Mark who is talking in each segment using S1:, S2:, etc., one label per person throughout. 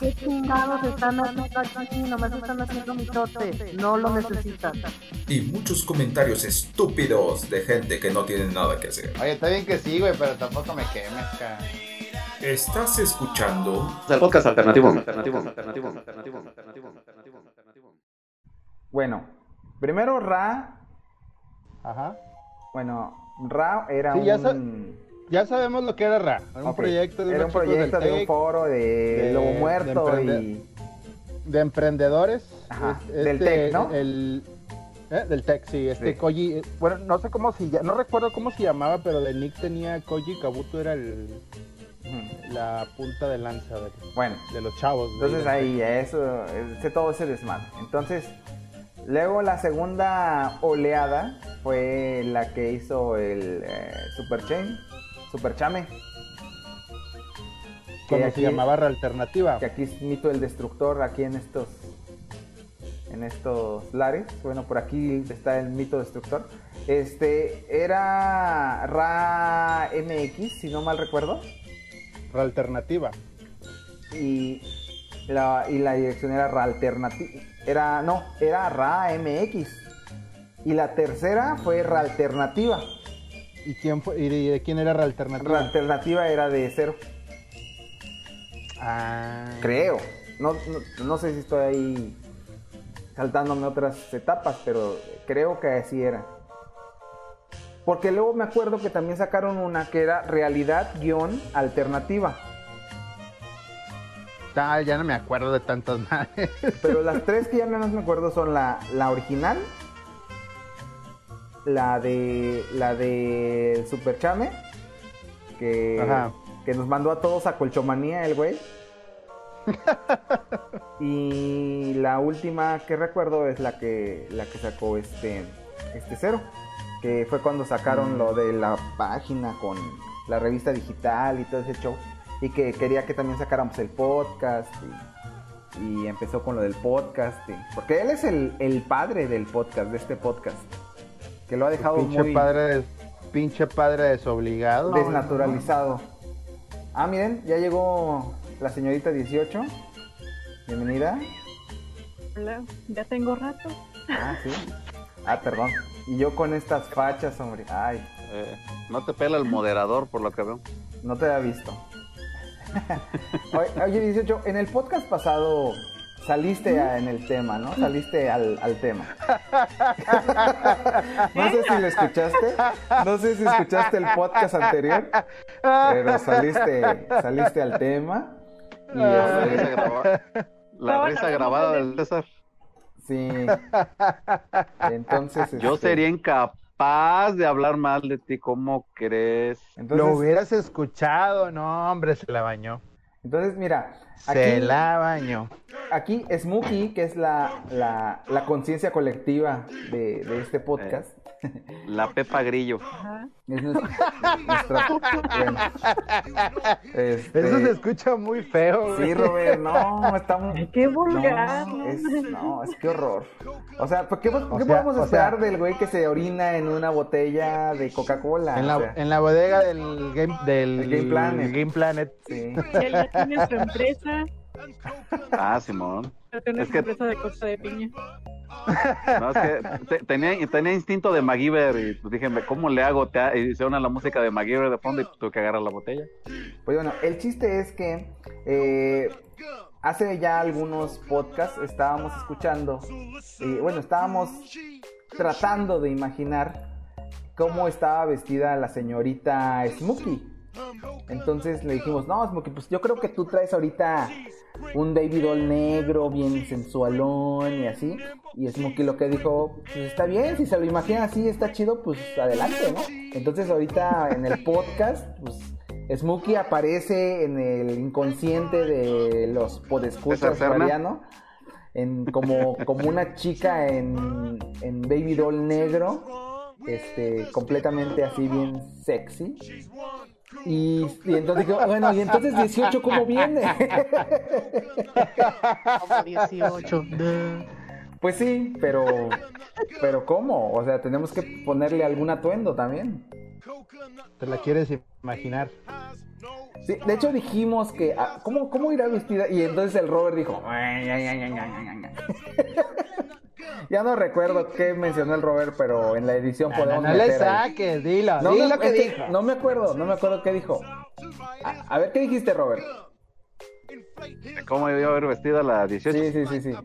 S1: ¿Qué chingados están haciendo aquí? Nomás están haciendo mitote. No lo necesitan.
S2: y muchos comentarios estúpidos de gente que no tiene nada que hacer.
S3: Oye, está bien que sí, güey, pero tampoco me quemes, cara.
S2: Estás escuchando
S4: Podcast alternativo. alternativo, alternativo, alternativo, alternativo, alternativo, alternativo.
S5: Bueno, primero Ra,
S3: Ajá.
S5: bueno, Ra era
S3: Sí,
S5: un,
S3: ya sa- Ya sabemos lo que era Ra. Era un
S5: Ok,
S3: proyecto de
S5: era un
S3: unos chicos
S5: proyecto
S3: del
S5: de un
S3: TEC,
S5: foro de,
S3: de-
S5: Lobo
S3: de
S5: Muerto
S3: emprender-
S5: y
S3: de emprendedores.
S5: Ajá,
S3: Es- este,
S5: del TEC, ¿no?
S3: El, eh, del TEC, sí. Este
S5: Sí.
S3: Koji. eh, Bueno, no sé cómo se llama, no recuerdo cómo se llamaba, pero del Nick tenía Koji Kabuto, era el,
S5: Ujú.
S3: la punta de lanza de,
S5: bueno,
S3: de los chavos. de
S5: entonces
S3: del
S5: ahí eso, ese- todo ese desmadre. Entonces, luego la segunda oleada fue la que hizo el eh, Super Chain, Super Chame,
S3: TEC, Cuando se
S5: aquí-
S3: llamaba Ra Alternativa.
S5: que aquí es Mito el Destructor, aquí en estos en estos lares. Bueno, por aquí está el Mito Destructor. Este era Ra MX, si no mal recuerdo.
S3: Ra Alternativa.
S5: Y la, y la dirección era Ra Alternativa. Era, no, era Ra MX. Y la tercera fue Ra Alternativa.
S3: ¿Y quién fue, y de, y de quién era Ra Alternativa?
S5: Ra Alternativa era de cero,
S3: Ah.
S5: creo. No, no, no sé si estoy ahí saltándome otras etapas, pero creo que así era. Porque luego me acuerdo que también sacaron una que era realidad-alternativa.
S3: Ah, ya no me acuerdo de tantas madres.
S5: Pero las tres que ya menos me acuerdo son la, la original, la de la de Super Chame, que,
S3: Ajá.
S5: que nos mandó a todos a colchomanía el güey. y la última que recuerdo es la que la que sacó este este cero, que fue cuando sacaron
S3: Mm.
S5: lo de la página con la revista digital y todo ese show y que quería que también sacáramos el podcast y y empezó con lo del podcast. y- Porque él es el, el padre del podcast, de este podcast. Que lo ha dejado
S3: pinche
S5: muy Ah,
S3: padre des- pinche padre desobligado
S5: desnaturalizado. Ah, miren, ya llegó la señorita 18. Bienvenida.
S6: Hola, ya tengo rato.
S5: Ah, sí. Ah, perdón. Y yo con estas fachas, hombre. Ay,
S4: Eh, no te pela el moderador, por lo que veo.
S5: no te había visto. Oye, oye, 18, en el podcast pasado saliste a- en el tema, ¿no? Saliste al, al tema. No sé si lo escuchaste, no sé si escuchaste el podcast anterior, pero saliste, saliste al tema. Y
S4: La
S5: este,
S4: risa grabada, la
S6: No,
S4: risa
S6: no,
S4: grabada
S6: no, no, no.
S4: del César.
S5: sí. Entonces.
S4: Yo
S5: este,
S4: sería incapaz de hablar mal de ti, ¿cómo crees?
S3: lo
S5: Entonces,
S3: hubieras escuchado no hombre se la bañó
S5: entonces mira,
S3: se
S5: aquí-
S3: la bañó
S5: Aquí Smokey, que es la, la- la conciencia colectiva de, de este podcast,
S4: La Pepa Grillo.
S6: Ajá.
S5: es nuestra... nuestra- bueno, este,
S3: eso se escucha muy feo
S5: Sí,
S3: güey.
S5: Robert, no, estamos...
S6: Qué vulgar,
S5: No,
S6: ¿no?
S5: es, no, es que horror. O sea, ¿por ¿qué, qué
S3: O sea,
S5: podemos
S3: o
S5: esperar
S3: sea-
S5: del güey que se orina en una botella de Coca-Cola?
S3: en
S5: O
S3: la,
S5: sea,
S3: en la bodega del game del
S5: El Game Planet.
S3: Game Planet.
S5: sí.
S6: Él ya tiene su empresa,
S4: Ah, Simón.
S6: ya tiene
S4: Es
S6: su
S4: que-
S6: empresa de costa de piña.
S4: No, es que te- tenía, tenía instinto de MacGyver y pues dije, ¿cómo le hago? Te, ha- y suena la música de MacGyver de fondo y tuve que agarrar la botella.
S5: Pues bueno, el chiste es que eh, hace ya algunos podcasts estábamos escuchando, eh, bueno, estábamos tratando de imaginar cómo estaba vestida la señorita Smokey. Entonces le dijimos, no, Smokey, pues yo creo que tú traes ahorita un baby doll negro, bien sensualón y así. Y Smokey lo que dijo, pues está bien, si se lo imagina así, está chido, pues adelante, ¿no? Entonces ahorita en el podcast, pues Smokey aparece en el inconsciente de los podescuchas
S4: César Serna.
S5: mariano. En, como, como una chica en, en baby doll negro, este, completamente así bien sexy. Y, y entonces digo, bueno, y entonces 18, ¿cómo viene?
S6: Como 18.
S5: Pues sí, pero, pero ¿cómo? O sea, tenemos que ponerle algún atuendo también.
S7: Te la quieres imaginar.
S5: Sí, de hecho dijimos que, ah, ¿cómo, ¿cómo irá vestida? Y entonces el Robert dijo, "Ay, ay, ay, ay, ay, ay, ay". ya no recuerdo qué mencionó el Robert, pero en la edición
S7: No,
S5: podemos
S7: Ah, no, no le
S5: meter ahí.
S7: saques, dilo,
S5: No,
S7: dilo
S5: me,
S7: que
S5: es que
S7: dijo.
S5: no me acuerdo, no me acuerdo qué dijo. A, a ver, ¿qué dijiste, Robert?
S4: ¿Cómo iba a haber vestida la 18?
S5: Sí, sí, sí, sí.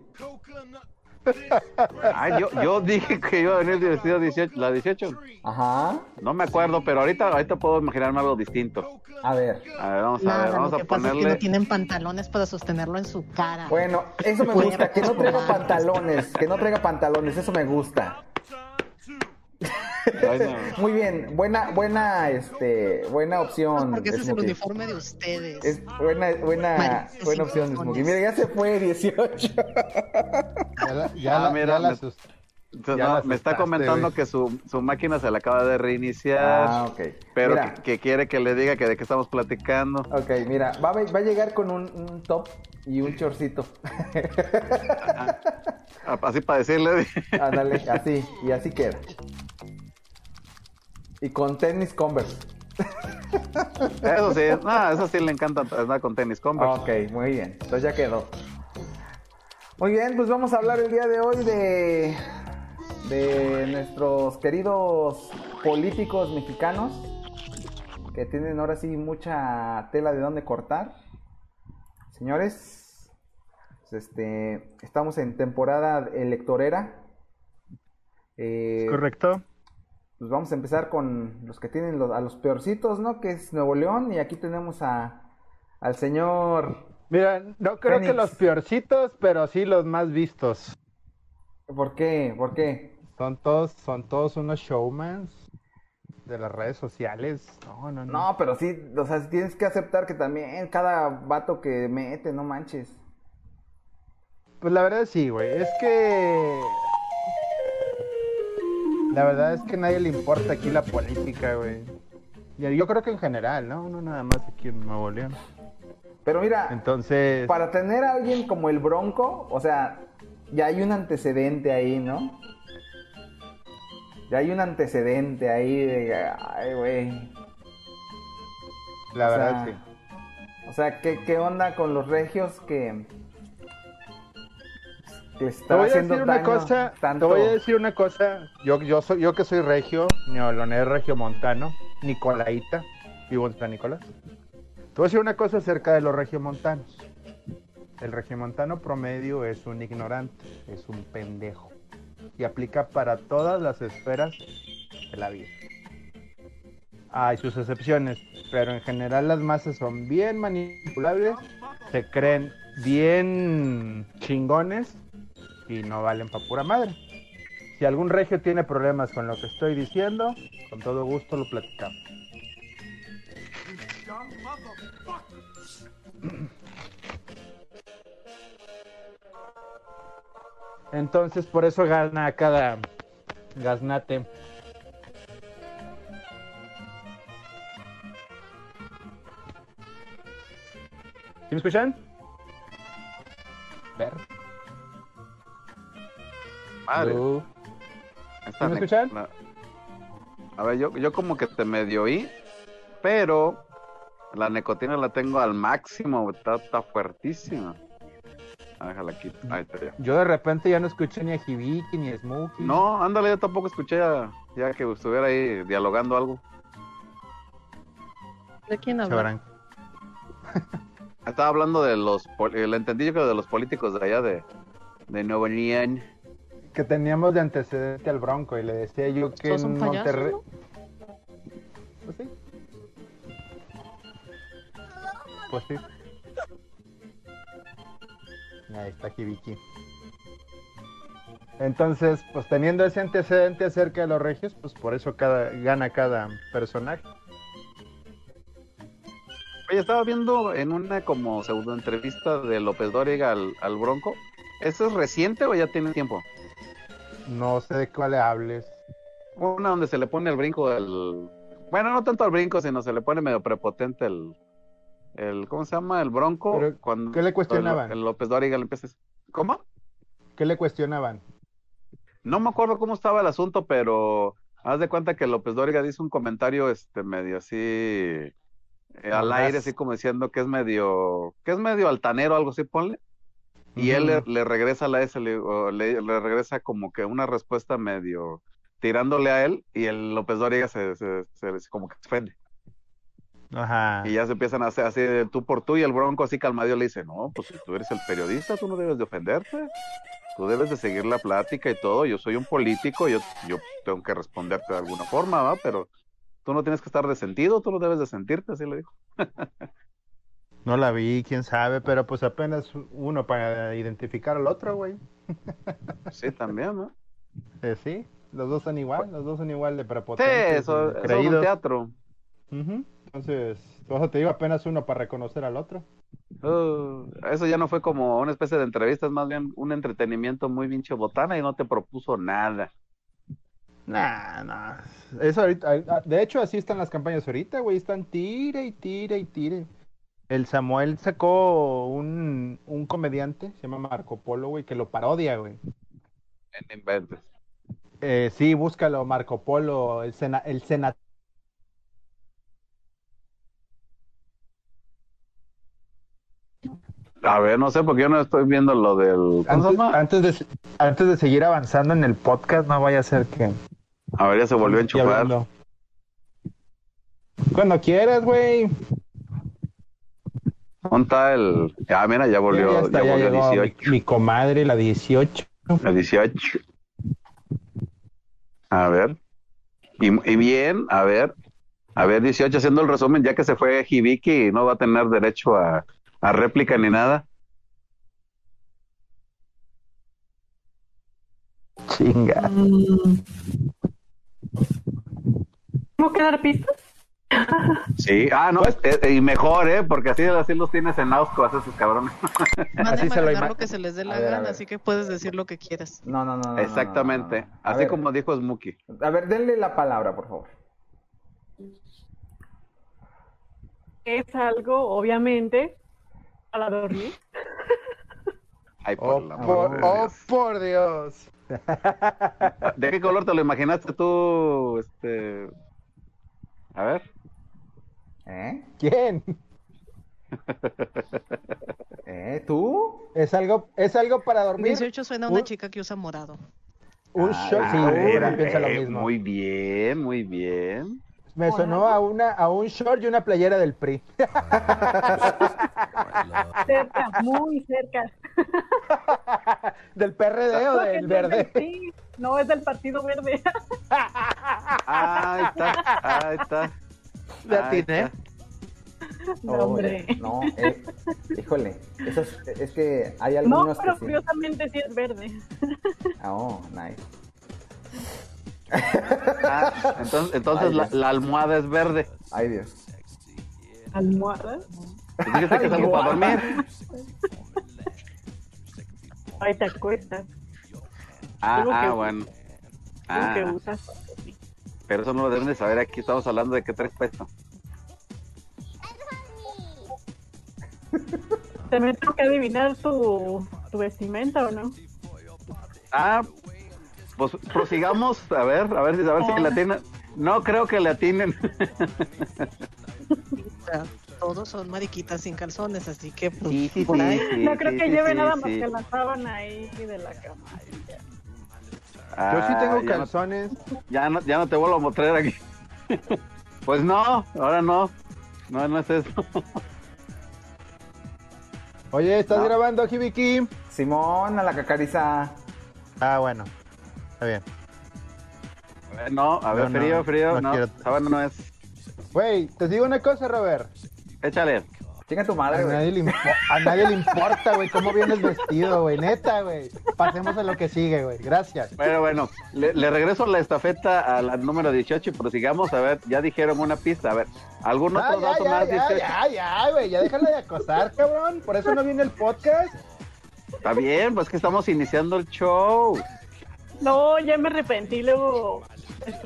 S4: Ah, yo, yo dije que iba a venir vestida 18, la 18.
S5: Ajá,
S4: No me acuerdo, pero ahorita, ahorita puedo imaginarme algo distinto.
S5: a ver.
S4: A ver, vamos a
S6: Nada,
S4: ver, vamos
S6: lo
S4: a
S6: que pasa es que
S4: ponerle.
S6: no tienen pantalones para sostenerlo en su cara.
S5: Bueno, eso me gusta, que no traiga pantalones, que no traiga pantalones, eso me gusta.
S4: Ay, no.
S5: Muy bien, buena, buena, este, buena opción.
S8: Porque ese es el
S5: Smokey.
S8: uniforme de ustedes.
S5: Es buena, buena,
S8: Malditos
S5: buena opción,
S8: idiotones.
S5: Smokey. Mira, ya se fue 18.
S7: Ya la, ya
S4: Ah,
S7: la-
S4: mira,
S7: ya la
S4: me-
S7: asusté.
S4: Entonces,
S7: Ya
S4: no,
S7: la
S4: me está
S7: asustaste,
S4: comentando
S7: güey.
S4: que su, su máquina se le acaba de reiniciar,
S5: Ah, ok.
S4: pero
S5: mira,
S4: que, que quiere que le diga que de qué estamos platicando.
S5: ok, mira, va a, ve- va a llegar con un, un top y un chorcito.
S4: A- Así para decirle.
S5: Ándale, así, y así queda. Y con tenis Converse.
S4: Eso sí, no, eso sí le encanta andar con tenis Converse.
S7: Ah,
S5: Ok, muy bien. Entonces ya quedó. Muy bien, pues vamos a hablar el día de hoy de, de nuestros queridos políticos mexicanos que tienen ahora sí mucha tela de dónde cortar. Señores, pues, este, estamos en temporada electorera. Eh,
S7: Correcto.
S5: pues vamos a empezar con los que tienen los- a los peorcitos, ¿no? Que es Nuevo León y aquí tenemos a, al señor
S7: Mira, no creo
S5: Fénix.
S7: que los peorcitos, pero sí los más vistos.
S5: ¿Por qué? ¿Por qué?
S7: Son todos, son todos unos showmans de las redes sociales. No, no, no.
S5: No, pero sí, o sea, tienes que aceptar que también cada vato que mete, no manches.
S7: Pues la verdad sí, güey. Es que. La verdad es que a nadie le importa aquí la política, güey. Y Yo creo que en general, ¿no? No nada más aquí en Nuevo León.
S5: Pero mira,
S7: Entonces.
S5: para tener a alguien como el Bronco, o sea, ya hay un antecedente ahí, ¿no? Ya hay un antecedente ahí de, ay, güey.
S7: La
S5: o sea,
S7: verdad sí.
S5: O sea, ¿qué, qué onda con los regios que, que les
S7: Te
S5: está
S7: voy a
S5: haciendo
S7: decir una
S5: daño
S7: cosa,
S5: tanto?
S7: te voy a decir una cosa, yo, yo soy, yo que soy regio, neolonés regiomontano, Nicolaita, vivo en San Nicolás. Te voy a decir una cosa acerca de los regiomontanos. El regiomontano promedio es un ignorante, es un pendejo. Y aplica para todas las esferas de la vida. Hay sus excepciones, pero en general las masas son bien manipulables, se creen bien chingones y no valen para pura madre. Si algún regio tiene problemas con lo que estoy diciendo, con todo gusto lo platicamos. Entonces, por eso gana cada gaznate. ¿Sí me escuchan? Ver.
S4: Madre.
S7: Lu.
S4: Esta
S7: ¿Me
S4: me-
S7: escuchan?
S4: la- A ver, yo, yo como que te medio oí, pero la nicotina la tengo al máximo, güey, está, está fuertísima. Ah, Déjala aquí, ahí está ya.
S7: Yo de repente ya no escuché ni a Hibiki ni a Smokey.
S4: No, ándale, yo tampoco escuché ya, ya que estuviera ahí dialogando algo.
S8: ¿De quién
S7: Se
S8: habla?
S7: habrán-
S4: Estaba hablando de los, pol- eh, le entendí yo que de los políticos de allá de, de Nuevo León.
S7: Que teníamos de antecedente al Bronco y le decía yo que
S8: ¿Sos
S7: en
S8: un payaso,
S7: Monterrey.
S8: no?
S7: Pues sí. Pues sí. Ahí está Hibiki. Entonces, pues teniendo ese antecedente acerca de los regios, pues por eso cada, gana cada personaje.
S4: Oye, estaba viendo en una como pseudo entrevista de López Dóriga al, al Bronco. ¿Eso es reciente o ya tiene tiempo?
S7: No sé de cuál hables.
S4: Una donde se le pone el brinco al Bueno, no tanto al brinco, sino se le pone medio prepotente el. el ¿Cómo se llama? El bronco.
S7: Pero,
S4: cuando
S7: ¿qué le cuestionaban?
S4: El, el López Dóriga le empieza a decir, ¿Cómo?
S7: ¿Qué le cuestionaban?
S4: No me acuerdo cómo estaba el asunto, pero haz de cuenta que López Dóriga dice un comentario este medio así eh, al
S7: Audaz.
S4: aire, así como diciendo que es medio, que es medio altanero, algo así, ponle. Y él le,
S7: Ujú.
S4: le regresa la S, le, o le- le regresa como que una respuesta medio tirándole a él, y el López Dóriga se, se- se- se- como que se ofende.
S7: Ajá.
S4: Y ya se empiezan a hacer así de tú por tú, y el bronco así calmadillo le dice, no, pues si tú eres el periodista, tú no debes de ofenderte. Tú debes de seguir la plática y todo. Yo soy un político, yo, yo tengo que responderte de alguna forma, ¿va? Pero tú no tienes que estar de sentido, tú no debes de sentirte, así le dijo.
S7: No la vi, quién sabe, pero pues apenas uno para identificar al otro, güey.
S4: Sí, también, ¿no?
S7: Eh, sí, los dos son igual, los dos son igual de
S4: Sí,
S7: prepotentes.
S4: eso,
S7: y
S4: eso es un
S7: creídos.
S4: teatro.
S7: Ujú. Entonces, todo te digo, apenas uno para reconocer al otro.
S4: Uh, eso ya no fue como una especie de entrevista, es más bien un entretenimiento muy pinche botana y no te propuso nada.
S7: Nah, nah. Eso ahorita, ah, de hecho, así están las campañas ahorita, güey. Están tire y tire y tire. El Samuel sacó un, un comediante, se llama Marco Polo, güey, que lo parodia, güey.
S4: En inventes.
S7: Eh, sí, búscalo, Marco Polo, el, sena, el sena-
S4: A ver, no sé, porque yo no estoy viendo lo del... ¿Cómo se
S7: Antes,
S4: llama?
S7: antes de, se- antes de seguir avanzando en el podcast, no vaya a ser que...
S4: A ver, ya se volvió a
S7: Estoy
S4: enchufar.
S7: hablando. Cuando quieras, güey.
S4: ¿Dónde está el...? Ah, mira, ya volvió,
S7: Ya
S4: ya,
S7: está, ya
S4: volvió
S7: llegó mi-
S4: 18.
S7: mi comadre, la 18.
S4: La 18. A ver. Y, y bien, a ver. A ver, 18, haciendo el resumen, ya que se fue Hibiki y no va a tener derecho a, a réplica ni nada.
S7: Chinga.
S6: ¿Cómo quedar pistas?
S4: Sí, ah, no, este- y mejor, ¿eh? Porque así, así los tienes en Auscos, esos cabrones.
S8: Van a
S7: Así se lo
S8: imaginar
S7: ima-
S8: lo que se les dé
S5: A
S8: la
S5: ver, a
S8: gana,
S5: ver.
S8: así que puedes decir lo que quieras.
S5: No, no, no.
S7: Ah,
S5: no, no,
S4: Exactamente.
S5: no, no, no. A
S4: Así
S5: ver,
S4: como dijo Smokey.
S5: A ver, denle la palabra, por favor.
S6: Es algo, obviamente, para dormir.
S4: Ay, por
S7: Oh,
S4: la
S7: por,
S4: madre de
S7: oh,
S4: Dios.
S7: por Dios.
S4: ¿De qué color te lo imaginaste tú, este... A ver.
S5: ¿Eh?
S7: ¿Quién?
S5: ¿Eh? ¿Tú?
S7: Es algo, es algo para dormir.
S8: 18 suena a una
S7: Un-
S8: chica que usa morado.
S7: Un
S5: Ah,
S7: short. Sí,
S4: Ah,
S7: uno
S4: era-
S7: piensa lo
S4: eh,
S7: mismo.
S4: Muy bien, muy bien.
S7: Me sonó a una, a un short y una playera del PRI.
S6: Cerca, muy cerca.
S7: del PRD o
S6: Porque no
S7: del verde.
S6: es del PRI, No es del Partido Verde.
S4: Ahí está, ahí está.
S7: Le
S4: Ahí
S7: atiné.
S4: está.
S6: No,
S5: Oh,
S6: hombre.
S5: No, eh, híjole. Eso es, es que hay
S6: No,
S5: algunos
S6: pero
S5: que sí.
S6: curiosamente sí es verde.
S5: Ah, Oh, nice.
S4: Ah, entonces entonces
S5: Ay,
S4: la,
S5: Dios.
S4: la almohada es verde.
S5: Ay, Dios.
S6: Almohada.
S4: Fíjate que es algo para dormir.
S6: Ahí te acuestas.
S4: Ah,
S6: Digo
S4: ah,
S6: que-
S4: bueno.
S6: lo que
S4: Ah,
S6: usas.
S4: pero eso no lo deben de saber. Aquí estamos hablando de que tres pesos.
S6: También tengo que adivinar tu, tu vestimenta o no.
S4: Ah, pues prosigamos. A ver, a ver, si- a ver si le atinan. No creo que le atinen.
S8: O sea, todos son mariquitas sin calzones, así que pues,
S4: Sí, sí,
S8: por ahí.
S6: no creo que lleve nada más que
S4: Yo
S6: la sábana ahí de la cama.
S7: Yo sí tengo
S4: Ah, ya no
S7: calzones.
S4: Ya no, ya no te vuelvo a mostrar aquí. Pues no, ahora no. No, no es eso.
S7: Oye, ¿estás
S4: No.
S7: grabando, Hibiki?
S5: Simón, a la cacariza.
S7: Ah, bueno. Está bien.
S4: Eh, No, a ver,
S7: No, no,
S4: frío, frío,
S7: no
S4: no.
S7: quiero.
S4: Sábana no es.
S7: Güey, te digo una cosa, Robert.
S4: Échale.
S5: Chinga tu
S7: A
S5: madre, güey.
S7: nadie, le impo- a nadie le importa, güey, cómo viene el vestido, güey. Neta, güey. Pasemos a lo que sigue, güey. Gracias.
S4: Bueno, bueno, le, le regreso la estafeta a la número 18 y prosigamos. A ver, ya dijeron una pista. A ver, ¿algún
S7: Ah,
S4: otro
S7: ya,
S4: dato
S7: ya,
S4: más?
S7: ya,
S4: 18?
S7: ya, ya, güey. Ya déjala de acosar, cabrón. Por eso no viene el podcast.
S4: Está bien, pues que estamos iniciando el show.
S6: No, ya me arrepentí. Luego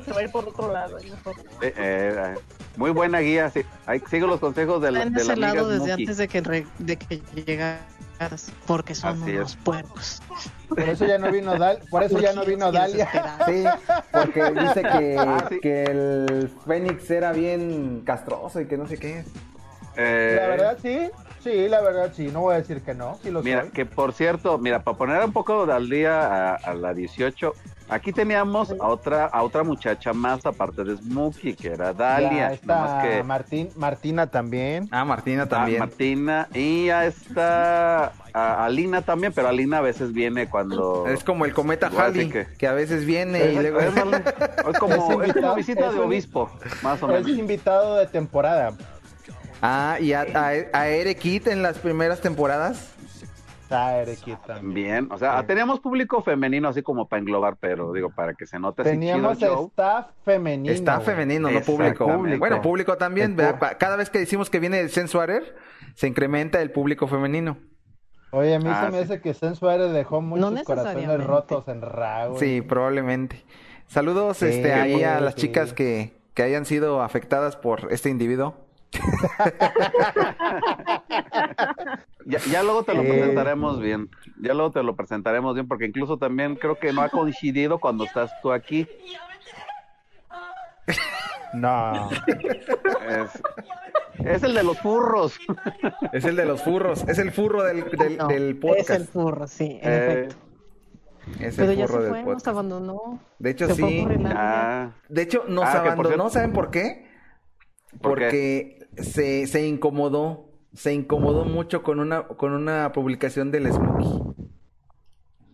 S6: Se va a ir por otro lado. ahí mejor.
S4: Eh, eh, eh, muy buena guía, sí. Ahí sigo los consejos de la,
S8: Están
S4: de la amiga
S8: desde
S4: Snooki.
S8: antes de que, re- de que llegaras, porque son
S4: Así es.
S8: unos puercos.
S7: Por eso ya no vino Dal, por eso ya no vino
S8: Urgidos y
S7: Dalia.
S8: desesperados.
S5: Sí, porque dice que,
S4: Ah, sí.
S5: que el Fénix era bien castroso y que no sé qué.
S4: Eh,
S7: La verdad sí, sí, la verdad sí, no voy a decir que no, sí lo
S4: Mira,
S7: soy.
S4: que por cierto, mira, para poner un poco al día a, a la 18, aquí teníamos a otra a otra muchacha más aparte de Smokey, que era
S7: Ya
S4: Dalia,
S7: está
S4: nomás que
S7: Martín, Martina también.
S5: Ah, Martina
S4: a Martina y a esta a Alina también, pero Alina a veces viene cuando
S5: Es como el cometa
S4: Igual,
S5: Halley,
S4: así que-
S5: que... a veces viene
S4: es,
S5: y luego...
S4: es- es como,
S7: Es
S4: es como
S7: invitado-
S4: visita
S7: es
S4: de
S7: un-
S4: obispo, más o
S7: Es
S4: menos.
S7: invitado de temporada.
S5: Ah, y a, a, a Eric Kidd en las primeras temporadas.
S7: Está Erequit también.
S4: Bien, o sea,
S7: Sí.
S4: teníamos público femenino así como para englobar, pero digo, para que se note así
S7: Teníamos
S4: chido el show.
S7: staff femenino.
S9: Está
S7: güey.
S9: femenino, no público.
S4: Exactamente.
S9: Bueno, público también.
S7: Es
S9: ¿verdad?
S7: por-
S9: Pa- Cada vez que decimos que viene el Sensuarer, se incrementa el público femenino.
S7: Oye, a mí
S4: Ah,
S7: se me
S4: sí.
S7: hace que Sen Suárez dejó muchos corazones
S8: necesariamente.
S7: rotos en Ra, güey.
S9: Sí, probablemente. Saludos
S7: Sí,
S9: este, ahí a
S7: sí,
S9: las
S7: sí.
S9: chicas que, que hayan sido afectadas por este individuo.
S4: Ya, ya luego te lo
S7: Eh.
S4: presentaremos bien. Ya luego te lo presentaremos bien, porque incluso también creo que no ha coincidido cuando estás tú aquí.
S7: No.
S4: Es, es el de los furros.
S9: Es el de los furros, es el furro del, del,
S8: No,
S9: del
S8: Es el
S9: podcast.
S8: furro, sí, en
S4: Eh,
S8: efecto.
S9: Es
S8: Pero
S9: el
S8: ya
S9: furro
S8: se
S9: del
S8: fue, nos
S9: podcast.
S8: abandonó.
S9: De hecho,
S8: se fue
S9: sí.
S8: por el ángel.
S4: ah,
S9: De hecho, nos
S4: Ah, que por
S9: abandonó,
S4: cierto-
S9: ¿saben por qué?
S4: ¿Por
S9: Porque se, se incomodó, se incomodó mucho con una, con una publicación del Smokey.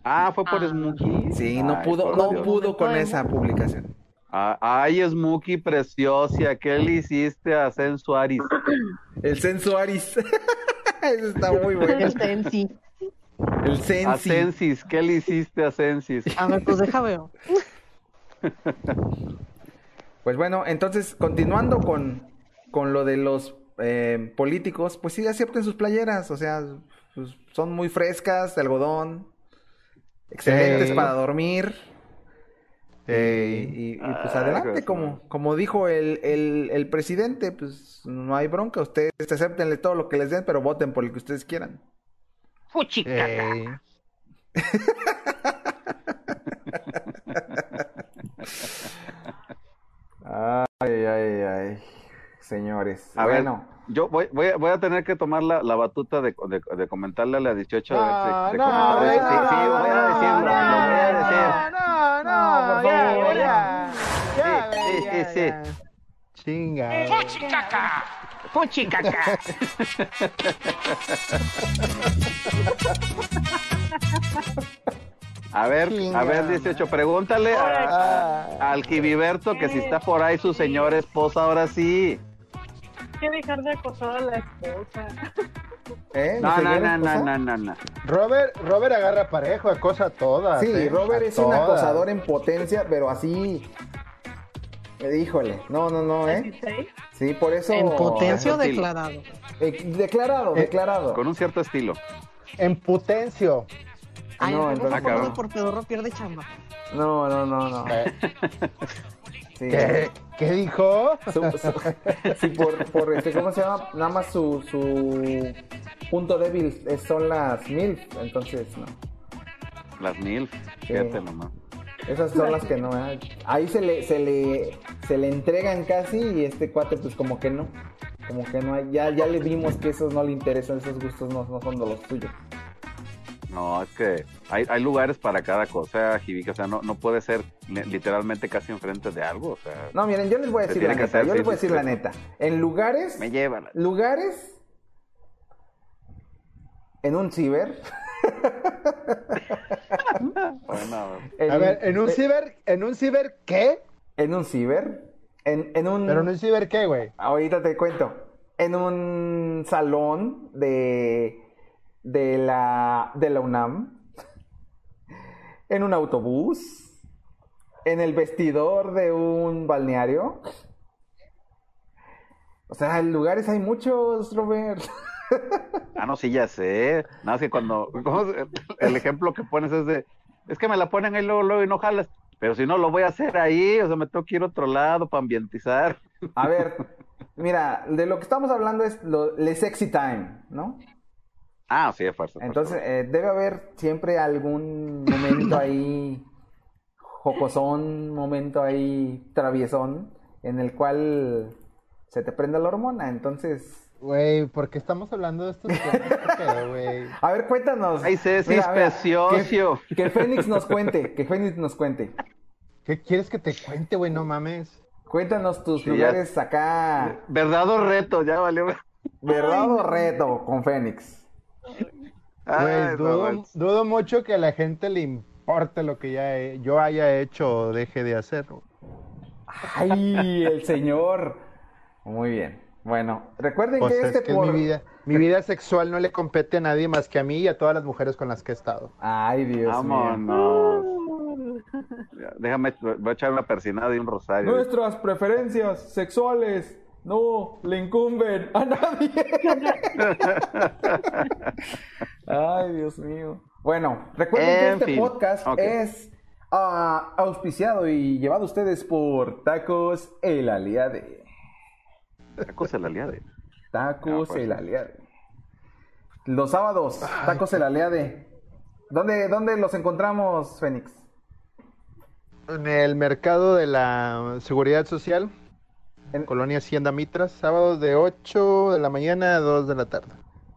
S4: ah, fue por Smokey.
S9: Sí, no
S4: Ay,
S9: pudo,
S4: por
S9: no
S4: Dios.
S9: pudo con esa publicación.
S4: Ah, ay, Smokey preciosa, ¿qué le hiciste a Zen Suárez?
S9: El sensuaris. Eso está muy bueno.
S8: El Tensi.
S9: El
S4: A
S9: sensi.
S4: Sensis, ¿qué le hiciste a Sensis?
S8: A ver, pues deja veo.
S9: Pues bueno, entonces, continuando con, con lo de los eh, políticos, pues sí, acepten sus playeras, o sea, pues, son muy frescas, de algodón, excelentes
S7: Sí.
S9: para dormir.
S7: Ey.
S9: Y, y- y, pues
S4: Ah,
S9: adelante,
S4: pues,
S9: como, como dijo el, el, el presidente, pues no hay bronca, ustedes acéptenle todo lo que les den, pero voten por el que ustedes quieran.
S7: Ey.
S5: Ay, ay, ay, señores.
S4: A ver,
S5: bueno,
S4: yo voy, voy, a- voy a tener que tomar la, la batuta de, de, de comentarle a la 18 de, de, de comentar.
S7: No, no,
S4: Sí, sí,
S7: no,
S4: voy a decirlo,
S7: no,
S4: lo voy a decir.
S7: No, no,
S5: No, por
S7: ya,
S5: favor.
S7: ya, ya,
S4: Sí, sí,
S7: ya,
S4: sí,
S7: ya.
S4: Eh.
S7: Chinga.
S4: A ver, a
S7: Chinga Ah.
S4: ver,
S7: madre.
S4: 18, pregúntale a- a- al Quibiberto que si está por ahí su señora esposa ahora sí.
S6: Hay que dejar de acosar a la esposa.
S7: ¿Eh?
S4: No,
S7: ¿Mi
S4: no, no,
S7: señora
S4: no, no,
S7: esposa?
S4: no, no.
S7: Robert, Robert agarra parejo, acosa a todas.
S5: sí,
S7: ¿eh?
S5: Robert
S7: A
S5: es un
S7: todas.
S5: acosador en potencia, pero así... eh, Híjole, no, no, no, ¿eh?
S6: ¿16?
S5: Sí, por eso...
S8: En potencio
S4: eso sí.
S8: declarado.
S5: Eh, declarado,
S7: Eh,
S5: declarado.
S4: Con un cierto estilo.
S7: En potencio.
S8: Ay,
S5: No,
S8: no,
S5: entonces-
S4: Acabó.
S8: por pedorro pierde chamba.
S5: No, no, no, no. Sí.
S7: ¿Qué? ¿Qué dijo?
S5: Su- su- sí, por, por este, ¿cómo se llama? Nada más su, su punto débil es- son las mil, entonces no.
S4: Las mil, fíjate nomás.
S5: Esas son las que no. ¿eh? Ahí se le, se le, se le entregan casi y este cuate pues como que no, como que no. hay- Ya, ya le vimos que esos no le interesan, esos gustos no, no son de los tuyos.
S4: No, es que hay, hay lugares para cada cosa, Jibica. O sea, no, no puede ser li- literalmente casi enfrente de algo. O sea,
S5: No, miren, yo les voy a
S4: Se
S5: decir
S4: tiene
S5: la
S4: que
S5: neta,
S4: hacer,
S5: yo
S4: sí,
S5: les voy a
S4: sí,
S5: decir
S4: sí.
S5: la neta. En lugares,
S4: me llevan.
S5: lugares, en un ciber.
S4: Bueno,
S5: en
S7: A ver, en un
S5: eh,
S7: ciber, ¿en un ciber qué?
S5: En un ciber. En, en un.
S7: Pero en un ciber qué, güey.
S5: Ahorita te cuento. En un salón de. de la. de la UNAM. En un autobús. En el vestidor de un balneario. O sea, lugares hay muchos, Robert.
S4: Ah, no, sí, ya sé. Nada más que cuando. ¿cómo se- el ejemplo que pones es de. Es que me la ponen ahí luego, luego y no jalas. Pero si no lo voy a hacer ahí, o sea, me tengo que ir a otro lado para ambientizar.
S5: A ver, mira, de lo que estamos hablando es lo, el sexy time, ¿no?
S4: Ah, sí, es fuerza. fuerza.
S5: Entonces, eh, debe haber siempre algún momento ahí jocosón, momento ahí traviesón, en el cual se te prende la hormona. Entonces,
S7: Güey, ¿por qué estamos hablando de estos temas? ¿Qué pedo, güey?
S5: a ver, cuéntanos.
S4: Ay, Ceci,
S5: Mira, a ver,
S4: precioso.
S5: Que, que Fénix nos cuente, que Fénix nos cuente.
S7: ¿Qué quieres que te cuente, güey? No mames.
S5: Cuéntanos tus
S4: Sí, ya.
S5: lugares acá,
S4: Verdad o reto, ya valió.
S5: Pues verdad o reto con Fénix.
S4: Ay, no
S7: Güey, dudo,
S4: manches.
S7: dudo mucho que a la gente le importe lo que ya he- yo haya hecho o deje de hacer. güey.
S5: Ay, el señor. Muy bien. Bueno, recuerden
S7: Pues
S5: que
S7: es
S5: este
S7: que
S5: por...
S7: mi vida, mi vida sexual no le compete a nadie más que a mí y a todas las mujeres con las que he estado.
S5: Ay, Dios mío.
S4: Vámonos. Ya, Déjame, voy a echar una persinada y un rosario.
S5: Nuestras preferencias sexuales no le incumben a nadie. Ay, Dios mío. Bueno, recuerden que
S4: En
S5: este
S4: fin,
S5: podcast
S4: ok.
S5: es ah, auspiciado y llevado a ustedes por Tacos El Aliade.
S4: Tacos el aliado.
S5: Tacos
S4: Ah, pues.
S5: El Aliade. Los sábados, Tacos El Aliade. ¿Dónde, ¿Dónde los encontramos, Fénix?
S7: En el mercado de la seguridad social,
S5: En-
S7: Colonia Hacienda Mitras, sábados de 8 de la mañana a 2 de la tarde.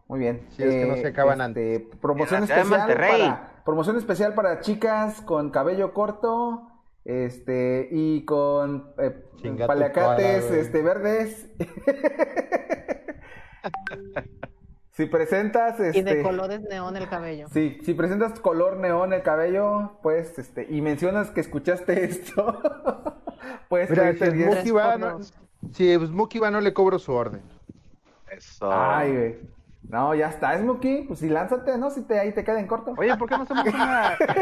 S5: Muy bien.
S7: Sí, es que no se acaban
S5: antes. Promoción
S4: En la ciudad de
S5: especial
S4: Monterrey.
S5: para promoción especial para chicas con cabello corto, este y con eh,
S7: Chinga tu
S5: paliacates
S7: cola, güey.
S5: este verdes. si presentas este
S8: Y de colores neón el cabello.
S5: Sí, si presentas color neón el cabello, pues este y mencionas que escuchaste esto, pues
S7: Mira, si
S5: pedirte diez-
S7: Smokey va,
S8: por
S7: no-
S8: dos.
S7: si Smokey va, no le cobro su orden.
S4: Eso.
S5: Ay, güey. No, ya está, Smokey, pues si lánzate, ¿no? Si te ahí te queda en corto.
S4: Oye, ¿por qué no hacemos una... ¿Por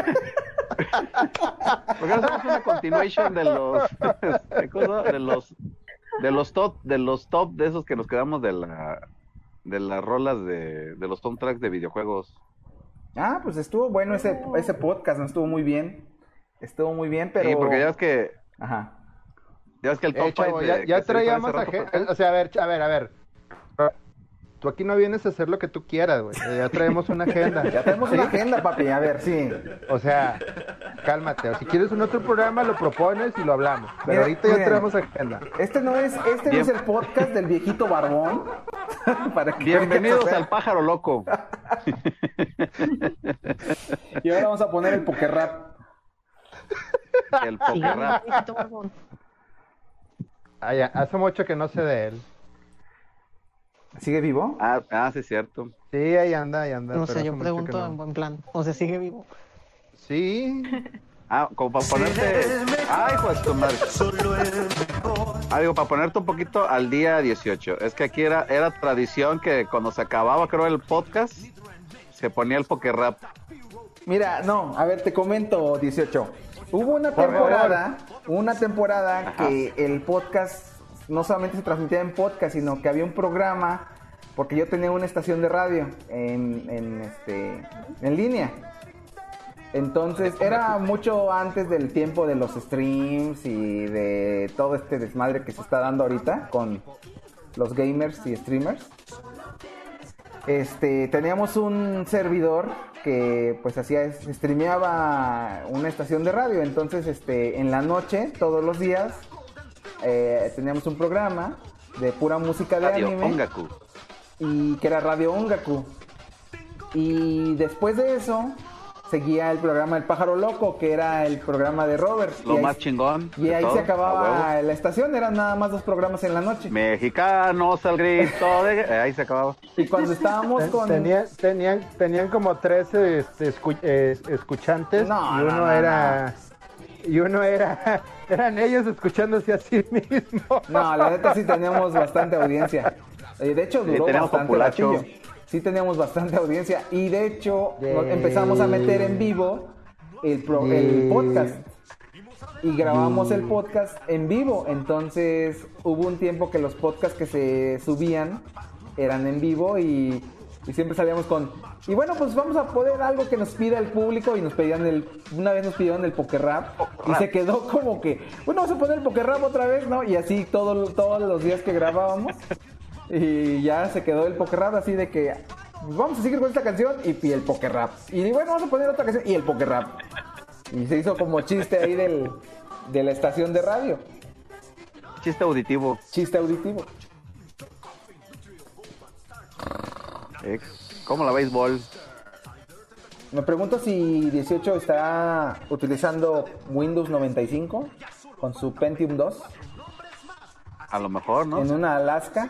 S4: qué no hacemos una continuation de los... este, de cosa- de los... De los top, de los top de esos que nos quedamos de la... De las rolas de... De los soundtracks de videojuegos.
S5: Ah, pues estuvo bueno ese, ese podcast, ¿no? Estuvo muy bien. Estuvo muy bien, pero.
S4: Sí, porque ya es que...
S5: Ajá.
S4: Ya es que el top
S7: Eh, chavo,
S4: five
S7: ya,
S4: de- que
S7: ya
S4: se hizo
S7: traía
S4: hace
S7: más
S4: rato,
S7: aje- eh,
S4: pues,
S7: O sea, a ver, a ver, a ver. Tú aquí no vienes a hacer lo que tú quieras, güey. Eh, Ya traemos una agenda.
S5: Ya tenemos una agenda, papi. A ver, sí.
S7: O sea, cálmate. O si quieres un otro programa, lo propones y lo hablamos. Pero
S5: Mira,
S7: ahorita ya
S5: miren.
S7: traemos agenda.
S5: Este no es, este no
S4: Bien.
S5: es el podcast del viejito barbón. Para que-
S4: Bienvenidos
S5: o sea,
S4: al pájaro loco.
S5: Y ahora vamos a poner el poker rap.
S4: El
S8: Sigue
S4: poker
S8: el
S4: rap.
S8: viejito barbón.
S7: Ah, ya, Hace mucho que no sé de él.
S5: ¿Sigue vivo?
S4: Ah, ah, sí, es cierto.
S7: Sí, ahí anda, ahí anda.
S8: No
S7: pero
S8: sé,
S7: hace
S8: yo
S7: mucho
S8: pregunto
S7: que no.
S8: en buen plan. O sea, sigue vivo.
S7: Sí.
S4: Ah, como para ponerte. Ay, pues tu madre. Ah, digo, para ponerte un poquito al día 18. Es que aquí era, era tradición que cuando se acababa, creo, el podcast, se ponía el poker rap.
S5: Mira, no, a ver, te comento, 18. Hubo una temporada, una temporada que el podcast no solamente se transmitía en podcast, sino que había un programa, porque yo tenía una estación de radio en, en, este, en línea. Entonces, era mucho antes del tiempo de los streams y de todo este desmadre que se está dando ahorita con los gamers y streamers este, teníamos un servidor que pues hacía, streameaba una estación de radio. Entonces, este, en la noche, todos los días, eh, teníamos un programa de pura música de
S4: Radio
S5: anime
S4: Ongaku.
S5: y que era Radio Ongaku. Y después de eso, seguía el programa El Pájaro Loco, que era el programa de Robert. y
S4: Lo
S5: ahí,
S4: más chingón.
S5: y
S4: de
S5: ahí
S4: todo,
S5: se
S4: a huevo.
S5: acababa la estación, eran nada más dos programas en la noche.
S4: Mexicanos al grito. de- eh, Ahí se acababa.
S5: Y cuando estábamos
S7: Ten-
S5: con...
S7: Tenían, tenían, tenían como tres este, escu- eh, escuchantes
S5: No,
S7: y
S5: no,
S7: uno
S5: no,
S7: era y uno era eran ellos escuchándose a sí mismos.
S5: No, la neta sí teníamos bastante audiencia. Eh, de hecho, duró
S4: teníamos
S5: bastante
S4: populacho.
S5: ratillo. Sí teníamos bastante audiencia. Y de hecho,
S7: Yeah.
S5: nos empezamos a meter en vivo el, pro- el
S7: Yeah.
S5: podcast. Y grabamos el podcast en vivo. Entonces, hubo un tiempo que los podcasts que se subían eran en vivo y, y siempre salíamos con Y bueno, pues vamos a poder algo que nos pida el público y nos pedían el, una vez nos pidieron el poker rap y se quedó como que, bueno, vamos a poner el poker rap otra vez, ¿no? Y así todo, todos los días que grabábamos y ya se quedó el poker rap así de que vamos a seguir con esta canción y, y el poker rap. Y bueno, vamos a poner otra canción y el poker rap. Y se hizo como chiste ahí del, de la estación de radio.
S4: Chiste auditivo.
S5: Chiste auditivo.
S4: Eh, ¿Cómo la béisbol?
S5: Me pregunto si 18 está utilizando Windows 95 con su Pentium 2
S4: A lo mejor, ¿no?
S5: en una Alaska.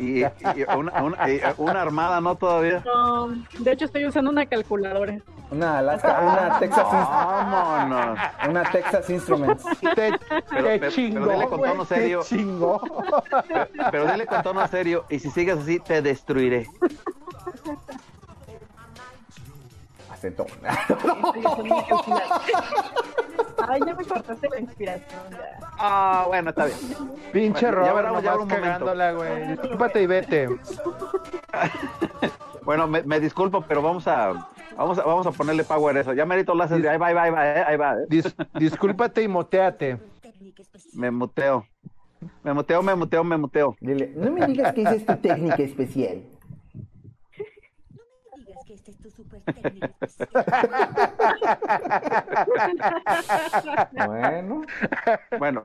S4: Y, y una, una- y una armada, ¿no? Todavía.
S6: No, de hecho, estoy usando una calculadora.
S5: Una Alaska, una Texas, Inst-
S4: Vámonos.
S5: una Texas Instruments.
S3: Te,
S4: Pero-
S3: te
S4: pero- pero
S3: chingó,
S4: dile con
S3: güey,
S4: tono
S3: te
S4: serio.
S3: chingó.
S4: Pero dile con tono serio, y si sigues así, te destruiré.
S5: Acento.
S6: Estoy usando una calculadora. Ay, ya me cortaste la inspiración. ya.
S4: Ah, bueno, está bien.
S3: Pinche
S4: Bueno, ya
S3: Robert,
S4: veremos,
S3: nomás
S4: ya habrá un momento.
S3: cagándola, güey. Discúlpate y vete.
S4: Bueno, me, me disculpo, pero vamos a, vamos a vamos a ponerle power a eso. Ya merito lo haces. Ahí va, ahí va, ahí va, eh, ahí va. eh.
S3: Dis- discúlpate y moteate.
S4: Me muteo. Me muteo, me muteo, me muteo.
S5: Dile, no me digas que esa es tu técnica especial. Bueno.
S4: Bueno,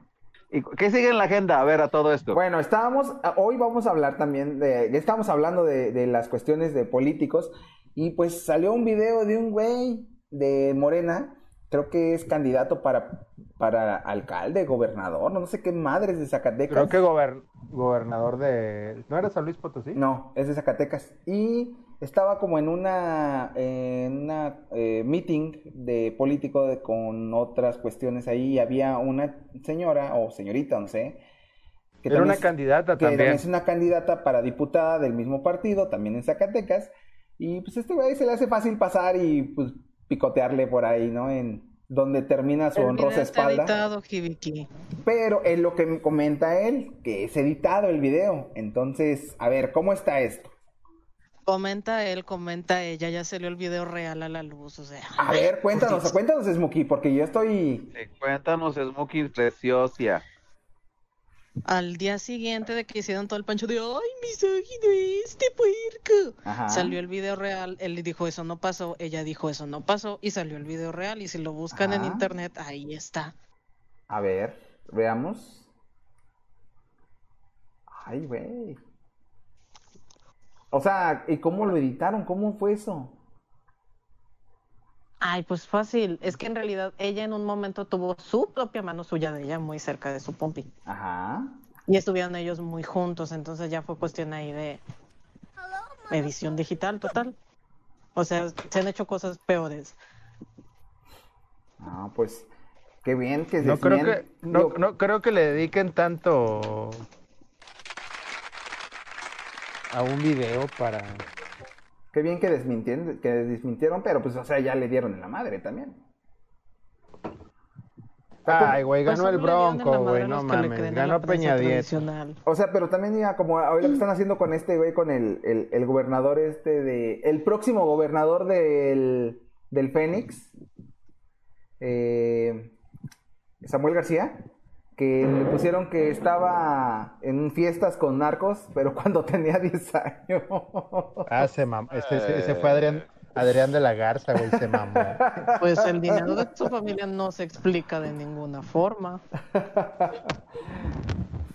S4: ¿y qué sigue en la agenda? A ver, a todo esto.
S5: Bueno, estábamos, a- hoy vamos a hablar también de, ya estábamos hablando de, de las cuestiones de políticos y pues salió un video de un güey de Morena, creo que es candidato para, para alcalde, gobernador, no sé qué madres de Zacatecas.
S3: Creo que gober- gobernador de. ¿No era San Luis Potosí?
S5: No, es de Zacatecas. Y estaba como en una, en una eh, meeting de político de- con otras cuestiones ahí. y Había una señora o señorita, no sé. que
S3: Era
S5: también
S3: una
S5: es-
S3: candidata
S5: que también
S3: también.
S5: es una candidata para diputada del mismo partido, también en Zacatecas. Y pues este güey se le hace fácil pasar y pues picotearle por ahí, ¿no? En donde termina su honrosa espalda.
S8: editado, Hibiki.
S5: Pero es lo que me comenta él, que es editado el video. Entonces, a ver, ¿cómo está esto?
S8: Comenta él, comenta ella, ya salió el video real a la luz, o sea. Pues
S5: A ver, cuéntanos, cuéntanos, Smokey, porque yo estoy.
S4: Sí, Cuéntanos, Smokey Preciosia.
S8: Al día siguiente de que hicieron todo el pancho de ¡Ay, misógino este puerco!
S5: Ajá.
S8: Salió el video real, él dijo eso no pasó, ella dijo eso no pasó, y salió el video real, y si lo buscan en
S5: Ajá.
S8: internet, ahí está.
S5: A ver, veamos. Ay, güey. O sea, ¿y cómo lo editaron? ¿Cómo fue eso?
S8: Ay, pues fácil, es que en realidad ella en un momento tuvo su propia mano suya de ella muy cerca de su pompi.
S5: Ajá.
S8: Y estuvieron ellos muy juntos, entonces ya fue cuestión ahí de edición digital total. O sea, se han hecho cosas peores.
S5: Ah, pues, qué bien que se
S3: No creo
S5: desmien-
S3: que, no,
S5: Digo,
S3: no creo que le dediquen tanto a un video para.
S5: Qué bien que desmintieron, que desmintieron, pero pues, o sea, ya le dieron en la madre también.
S3: Ay, Ah, güey,
S8: Pues
S3: ganó el
S8: no le dieron en la
S3: Bronco,
S8: madre
S3: güey,
S8: a
S3: no
S8: los que le
S3: mames.
S8: creen a
S3: Ganó
S8: la prensa
S3: Peña Diez.
S8: tradicional.
S5: O sea, pero también ya como ahorita que están haciendo con este güey, con el, el, el gobernador este de... El próximo gobernador del, del Fénix, eh, Samuel García, que le pusieron que estaba en fiestas con narcos, pero cuando tenía 10 años.
S3: Ah, se mamó. Este, ese- ese fue
S8: Eh.
S3: Adrián, Adrián de la Garza, güey, se mamó.
S8: Pues el dinero de su familia no se explica de ninguna forma.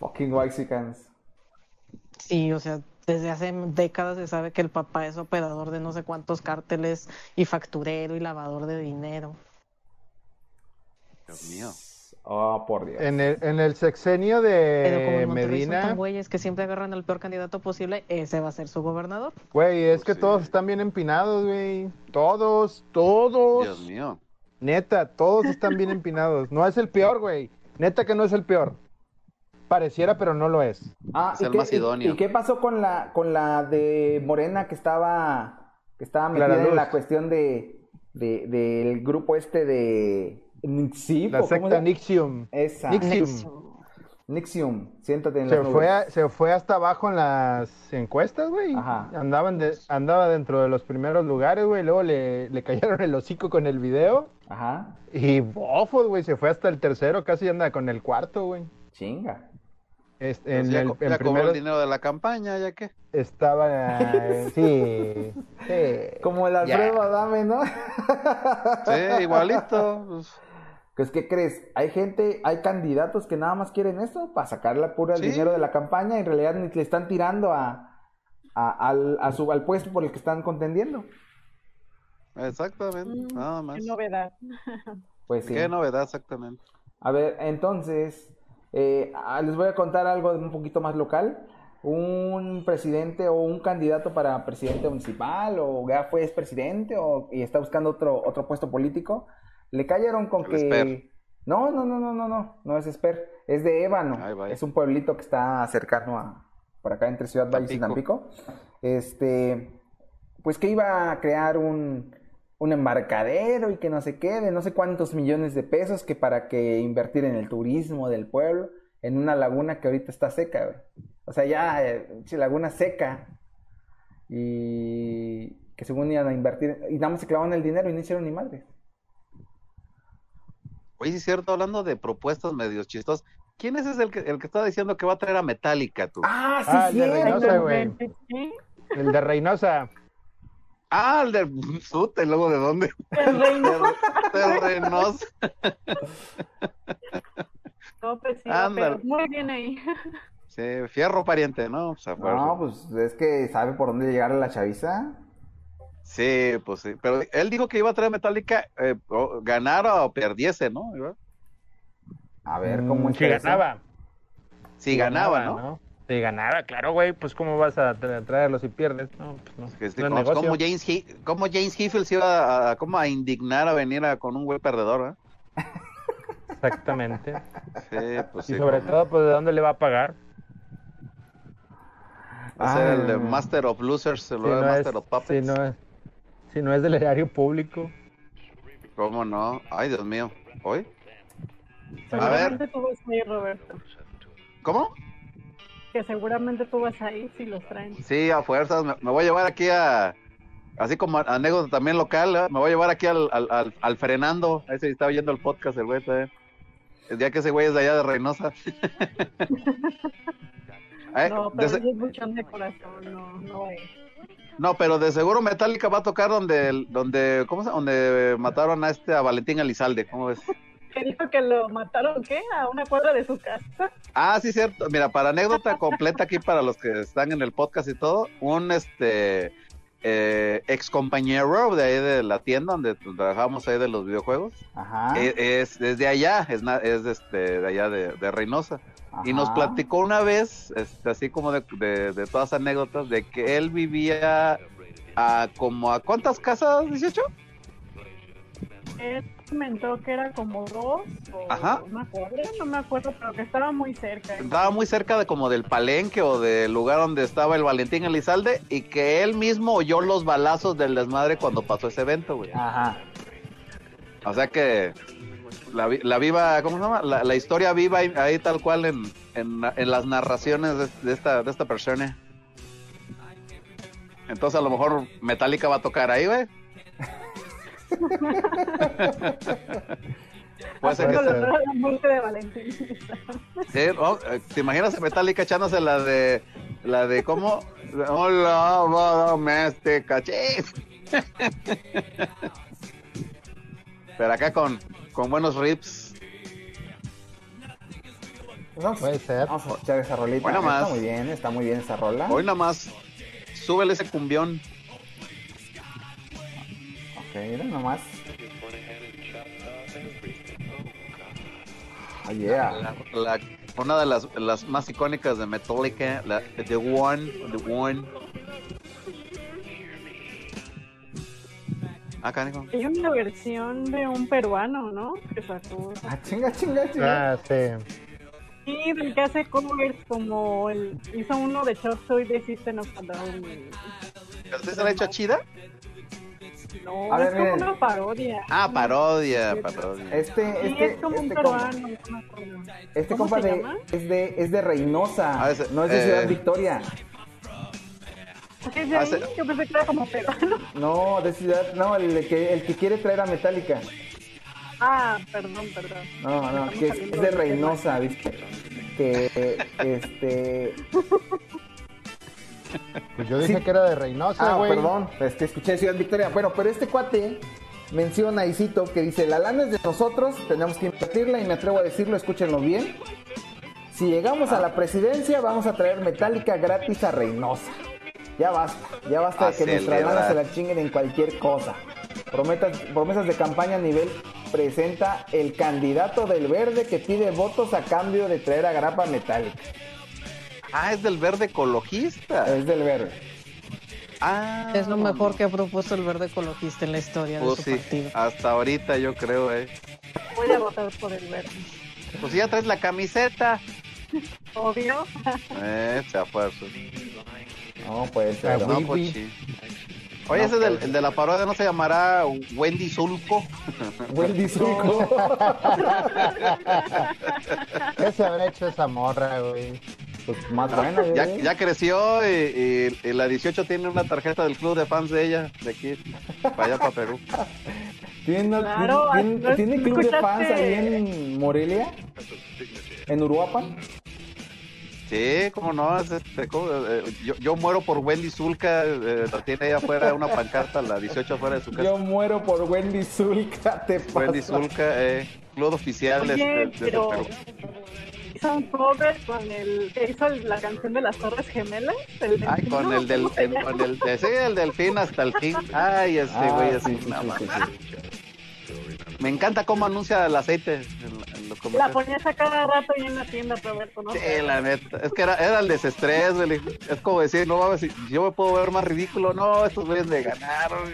S5: Fucking Waxicans.
S8: Sí, o sea, desde hace décadas se sabe que el papá es operador de no sé cuántos cárteles y facturero y lavador de dinero.
S4: Dios mío.
S5: Oh, por Dios.
S3: En el, en el sexenio
S8: Pero como
S4: Eh,
S3: de
S8: en Monterrey son
S3: Medina,
S8: tan güeyes que siempre agarran al peor candidato posible, ese va a ser su gobernador.
S3: güey, es
S4: Pues
S3: que
S4: sí.
S3: todos están bien empinados, güey. Todos, todos.
S4: Dios mío.
S3: Neta, todos están bien empinados. No es el peor, güey. Neta que no es el peor. Pareciera, pero no lo es.
S5: Ah,
S4: Es
S5: ¿y
S4: el
S5: qué,
S4: más
S5: y-
S4: idóneo.
S5: ¿Y qué pasó con la, con la de Morena que estaba, que estaba metida
S3: Clara
S5: en
S3: Luz.
S5: la cuestión de, de- del grupo este de Nixip?
S3: La
S5: ¿o cómo
S3: secta
S5: se-
S3: Nixium.
S5: Esa.
S3: Nix- Sí.
S8: Nexium.
S5: Nixium, siéntate en
S3: Se
S5: las nubes.
S3: fue, a- se fue hasta abajo en las encuestas, güey.
S5: Ajá.
S3: Andaban de- andaba dentro de los primeros lugares, güey. Luego le, le cayeron el hocico con el video.
S5: Ajá.
S3: Y bofos, güey. Se fue hasta el tercero, casi anda con el cuarto, güey.
S5: Chinga.
S3: Este, en
S4: ya
S3: el,
S4: co-
S3: en
S4: ya cobró
S3: primero
S4: el dinero de la campaña, ya que.
S3: estaba. eh, sí. sí.
S5: Como el Alfredo Adame, ¿no?
S4: Sí, igualito. pues.
S5: Pues, ¿qué crees? Hay gente, hay candidatos que nada más quieren eso para sacar la pura el
S4: Sí.
S5: dinero de la campaña. En realidad ni le están tirando a, a- al, a su, al puesto por el que están contendiendo.
S4: Exactamente, nada más.
S6: Mm, Qué novedad.
S5: Pues sí.
S4: Qué novedad, exactamente.
S5: A ver, entonces, eh, ah, les voy a contar algo un poquito más local. Un presidente o un candidato para presidente municipal o ya fue expresidente o, y está buscando otro, otro puesto político, le cayeron con
S4: El
S5: que...
S4: Esper.
S5: No, no, no, no, no, no, no es Esper, es de Ébano,
S4: Ay, vaya.
S5: es un pueblito que está cercano a, por acá entre Ciudad Valles y
S4: Tampico.
S5: Tampico. Este, pues que iba a crear un, un embarcadero y que no sé qué, de no sé cuántos millones de pesos que para que invertir en el turismo del pueblo, en una laguna que ahorita está seca, güey. O sea, ya, eh, pinche laguna seca. Y que según iban a invertir, y nada más se clavaron el dinero y no hicieron ni madre.
S4: Oye, sí es cierto, hablando de propuestas medios chistosas, ¿quién es ese el que, el que está diciendo que va a traer a Metallica, tú?
S5: Ah, sí,
S3: Ah, el de
S5: cierto.
S3: Reynosa, güey. El de Reynosa.
S4: Ah, el del... Puta, ¿y luego de dónde?
S6: El reino.
S4: Terrenos.
S6: No, pues sí,
S4: Ándale.
S6: pero muy bien ahí.
S4: Sí, fierro pariente, ¿no? Pues, a fuerza.
S5: No, pues es que sabe por dónde llegar a la chaviza.
S4: Sí, pues sí. Pero él dijo que iba a traer a Metallica, eh, o- ganara o perdiese, ¿no?
S5: A ver cómo
S3: Mm,
S5: es
S3: si ganaba.
S4: Si ganaba, ¿no?
S3: Si ganaba, claro, güey. Pues, ¿cómo vas a tra- traerlo si pierdes? No, pues no.
S4: Que sí,
S3: no es
S4: como,
S3: negocio.
S4: como James He- como James Hetfield se iba a, a- como a indignar a venir a- con un güey perdedor,
S3: Exactamente.
S4: ¿eh? Sí, pues sí.
S3: y sobre
S4: como-
S3: todo, pues, ¿de dónde le va a pagar?
S4: Va a ser el de
S5: Ah.
S4: Master of Losers, se
S3: Si
S4: lo de
S3: no, es,
S4: Master of Puppets.
S3: si, no es, si no es del erario público.
S4: ¿Cómo no? Ay, Dios mío. ¿Hoy?
S6: Seguramente tú vas ahí, Roberto.
S4: ¿Cómo?
S6: Que seguramente tú vas ahí si los traen.
S4: Sí, a fuerzas. Me, me voy a llevar aquí a. Así como a- anécdota también local, ¿eh? me voy a llevar aquí al, al, al, al Fernando. Ahí se está oyendo el podcast, el güey. también. El día que ese güey es de allá de Reynosa. Eh,
S6: No,
S4: de
S6: pero
S4: se-
S6: ellos luchan de corazón, no, no es.
S4: no, pero de seguro Metallica va a tocar donde, el- donde, ¿cómo se, donde mataron a este a Valentín Elizalde, ¿cómo ves?
S6: Que dijo que lo mataron, ¿qué? A una cuadra de su casa.
S4: Ah, sí, cierto. Mira, para anécdota completa aquí para los que están en el podcast y todo, un este eh, ex compañero de ahí de la tienda donde trabajábamos ahí de los videojuegos,
S5: Ajá.
S4: e- es, es de allá, es, na- es este, de allá de, de Reynosa. Y nos
S5: ajá.
S4: platicó una vez, este, así como de, de- de todas anécdotas, de que él vivía a como a cuántas casas, 18?
S6: Él comentó que era como dos o
S4: Ajá.
S6: una cuadra, no me acuerdo, pero que estaba muy cerca.
S4: Estaba muy cerca de como del palenque o del lugar donde estaba el Valentín Elizalde y que él mismo oyó los balazos del desmadre cuando pasó ese evento, güey.
S5: Ajá.
S4: O sea que la, vi- la viva, ¿cómo se llama? La, la historia viva ahí, ahí tal cual en, en- en las narraciones de, de esta, de esta persona. Entonces a lo mejor Metallica va a tocar ahí, güey. Puede ser que
S6: Con
S4: sea.
S6: los dos, la muerte de Valentín.
S4: Sí, no, eh, ¿Te imaginas a Metallica echándose la de la de cómo? Hola, este va doméstica, chis. Pero acá con, con buenos rips.
S5: Pues vamos,
S3: Puede ser.
S5: vamos a escuchar esa rolita.
S4: Hoy nomás.
S5: Está muy bien, está muy bien esa rola.
S4: Hoy nada más, súbele ese cumbión.
S5: Ok, mira nomás. Oh, yeah.
S4: La- la- una de las, las más icónicas de Metallica, la, The One, The One. Ah, canijo.
S6: Hay una versión de un peruano, ¿no? Que sacó.
S5: Ah, chinga, chinga, chinga.
S3: Ah, sí.
S6: Sí, del que hace covers como el, hizo uno de Chop Suey de System of a Down.
S4: ¿Ustedes se la hecho chida?
S6: No,
S4: A ver,
S6: es como
S4: miren.
S6: una parodia.
S4: Ah, parodia, parodia.
S5: Este,
S6: Sí,
S5: este,
S6: es como un
S5: este
S6: peruano. no me acuerdo.
S5: Este
S6: ¿Cómo
S5: compa
S6: se
S5: de-
S6: llama?
S5: es, de, es de Reynosa,
S4: Ah, ese-
S5: no es de
S4: eh,
S5: Ciudad Victoria.
S6: ¿Es de ahí?
S4: Hace-
S6: Yo pensé que era como peruano.
S5: No, de Ciudad, no, el que, el que quiere traer a Metallica.
S6: Ah, perdón, perdón.
S5: No, no,
S6: Estamos
S5: que es,
S6: saliendo
S5: es de
S6: del tema.
S5: Reynosa, ¿viste? Que, este...
S7: Pues yo dije que era de Reynosa,
S5: Ah,
S7: güey.
S5: perdón, es que escuché Ciudad Victoria. Bueno, pero este cuate menciona y cito que dice, la lana es de nosotros, tenemos que invertirla y me atrevo a decirlo, escúchenlo bien. Si llegamos a la presidencia, vamos a traer Metallica gratis a Reynosa. Ya basta, ya basta
S4: A
S5: de que nuestra lana
S4: celebrar.
S5: se la chinguen en cualquier cosa. Prometas, promesas de campaña a nivel presenta el candidato del verde que pide votos a cambio de traer a grapa metálica.
S4: Ah, es del verde ecologista.
S5: Es del verde.
S4: Ah,
S8: Es lo mejor que ha propuesto el verde ecologista en la historia de
S4: Pues
S8: su
S4: sí,
S8: partido.
S4: hasta ahorita yo creo, eh.
S6: Voy a votar por el verde.
S4: Pues ya traes la camiseta.
S6: Obvio.
S4: Eh, se fuerza.
S5: No, pues.
S7: Ah,
S4: No,
S7: güey,
S4: pues
S7: güey.
S4: sí. Oye, ese del, el de la parodia no se llamará Wendy Zulco.
S5: Wendy Zulco.
S7: ¿Qué se habrá hecho esa morra, güey?
S5: Pues más bueno,
S4: ya,
S5: güey.
S4: ya creció y, y- y la 18 tiene una tarjeta del club de fans de ella, de aquí, para allá, para Perú.
S5: ¿Tiene, una-
S6: Claro,
S5: tiene-
S6: ¿no
S5: tiene club de fans
S6: escuchaste?
S5: ahí en Morelia? ¿En Uruapan?
S4: Sí, cómo no, es este, cómo, eh, yo, yo muero por Wendy Zulca, eh, la tiene ahí afuera, una pancarta, la 18 afuera de su casa.
S5: Yo muero por Wendy Zulca, te pasas.
S4: Wendy Zulca, eh, club oficial de, este, de-
S6: Oye,
S4: de
S6: pero
S4: Perú.
S6: hizo un cover con el que hizo el- la canción de las Torres Gemelas. El
S4: Ay, con el del, el- con el de- sí, el delfín hasta el fin. Ay, este
S5: Ah,
S4: güey, es
S5: sí, sí,
S4: una
S5: sí, sí,
S4: mamá. Me encanta cómo anuncia el aceite en, la- en los
S6: La
S4: comerciales.
S6: ponías a cada rato ahí en la tienda para ver con
S4: Sí, la neta. Es que era, era el desestrés, güey. Es como decir, no mames, si yo me puedo ver más ridículo. No, estos güeyes me ganaron.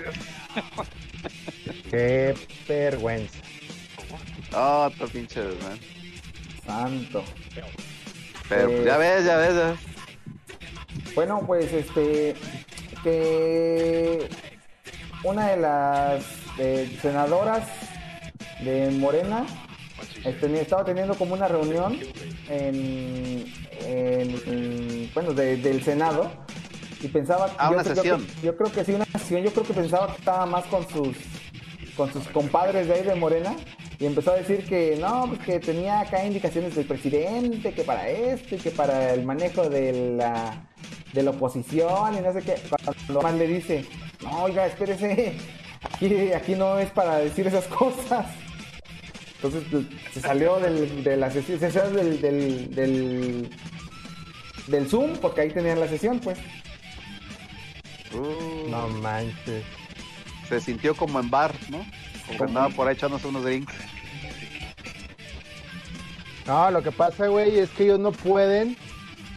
S3: Qué vergüenza.
S4: No, otro pinche desmadre.
S5: Santo.
S4: Pero pues, ya ves, ya ves. ya ves.
S5: Bueno, pues este. Que. Una de las eh, senadoras de Morena este, ni- estaba teniendo como una reunión en. en- en- bueno, de- del Senado. Y pensaba.
S4: Ah,
S5: yo
S4: una
S5: creo-
S4: sesión.
S5: Yo, creo que sí, una sesión. Yo creo que pensaba que estaba más con sus. Con sus compadres de ahí de Morena. Y empezó a decir que no, pues que tenía acá indicaciones del presidente, que para esto y que para el manejo de la, de la oposición y no sé qué. Cuando más le dice, no, oiga, espérese, aquí, aquí no es para decir esas cosas. Entonces pues, se salió del, de la sesión, se salió del, del, del, del Zoom porque ahí tenían la sesión, pues.
S4: Uh,
S7: No manches.
S4: Se sintió como en bar, ¿no? Como que andaba por ahí echándose unos drinks.
S7: No, lo que pasa, güey, es que ellos no pueden.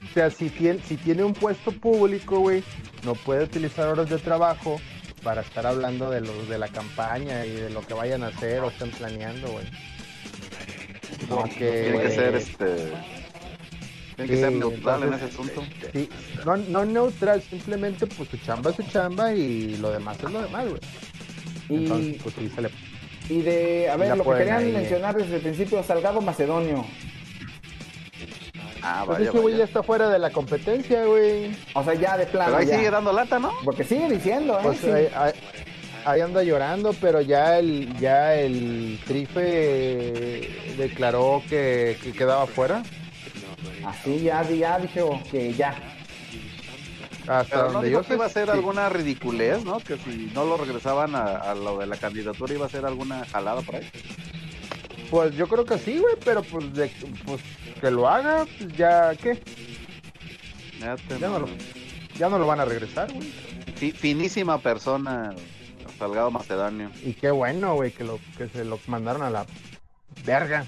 S7: O sea, si tiene, si tiene un puesto público, güey, no puede utilizar horas de trabajo para estar hablando de los de la campaña y de lo que vayan a hacer o están planeando, güey. Porque
S4: Tiene que
S7: güey,
S4: ser este. Tiene que
S7: Sí,
S4: ser neutral en ese
S7: entonces, eh,
S4: asunto.
S7: sí, no, no neutral, simplemente pues su chamba es su chamba y lo demás es lo demás, güey.
S5: Y,
S7: Entonces, pues sí se le
S5: y de, a ver,
S7: la
S5: lo que
S7: pueden
S5: querían
S7: ahí, eh.
S5: mencionar desde el principio, Salgado Macedonio.
S4: Ah,
S7: Pues
S4: vaya,
S7: es que, güey, ya
S4: vaya.
S7: está fuera de la competencia, güey.
S5: O sea, ya de plano.
S4: Pero ahí
S5: ya.
S4: sigue dando lata, ¿no?
S5: Porque sigue diciendo, ¿eh?
S7: Pues
S5: Sí.
S7: ahí, ahí- ahí anda llorando, pero ya el, ya el Trife declaró que, que quedaba fuera.
S5: Así ya, ya dije oh, que ya.
S7: Hasta
S4: Pero no
S7: donde
S4: dijo
S7: yo
S4: que iba a
S7: sé,
S4: ser
S7: sí.
S4: alguna ridiculez, ¿no? Que si no lo regresaban a, a lo de la candidatura iba a ser alguna jalada por ahí.
S7: Pues yo creo que sí, güey, pero pues, de- pues que lo haga, pues ya, ¿qué?
S4: Ya te-
S7: Ya no lo, ya no lo van a regresar, güey.
S4: Fi- finísima persona, Salgado Macedonio.
S7: Y qué bueno, güey, que, lo, que se lo mandaron a la verga.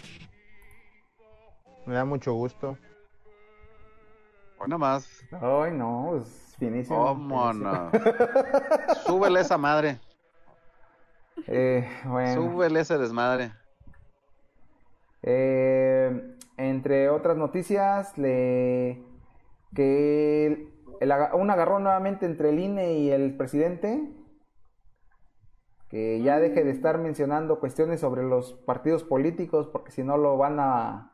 S7: Me da mucho gusto.
S4: Hoy más.
S5: Ay, no, es finísimo.
S7: pues,
S4: ¿Cómo
S5: finísimo.
S4: no? Súbele esa madre.
S5: Eh, bueno.
S4: Súbele ese desmadre.
S5: Eh, entre otras noticias, le que E el- el aga- un agarrón nuevamente entre el INE y el presidente. que ya deje de estar mencionando cuestiones sobre los partidos políticos, porque si no lo van a,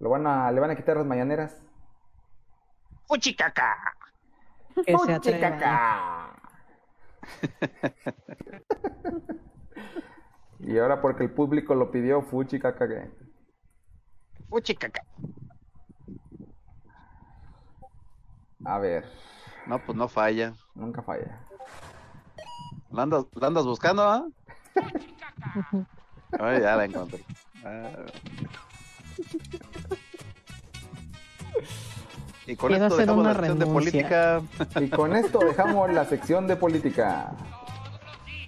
S5: lo van a, le van a quitar las mañaneras.
S8: ¡Puchicaca! Que se
S5: ¡Puchicaca! y ahora porque el público lo pidió, fuchicaca. que-
S8: ¡Puchicaca!
S5: A ver.
S4: No, pues no falla.
S5: Nunca falla.
S4: ¿La andas, la andas buscando, ah? Ay, ya la encontré. Ah. Y con
S8: Quiero
S4: esto dejamos
S8: hacer
S4: la sección
S8: una
S4: de
S8: renuncia.
S4: política.
S5: Y con esto dejamos la sección de política.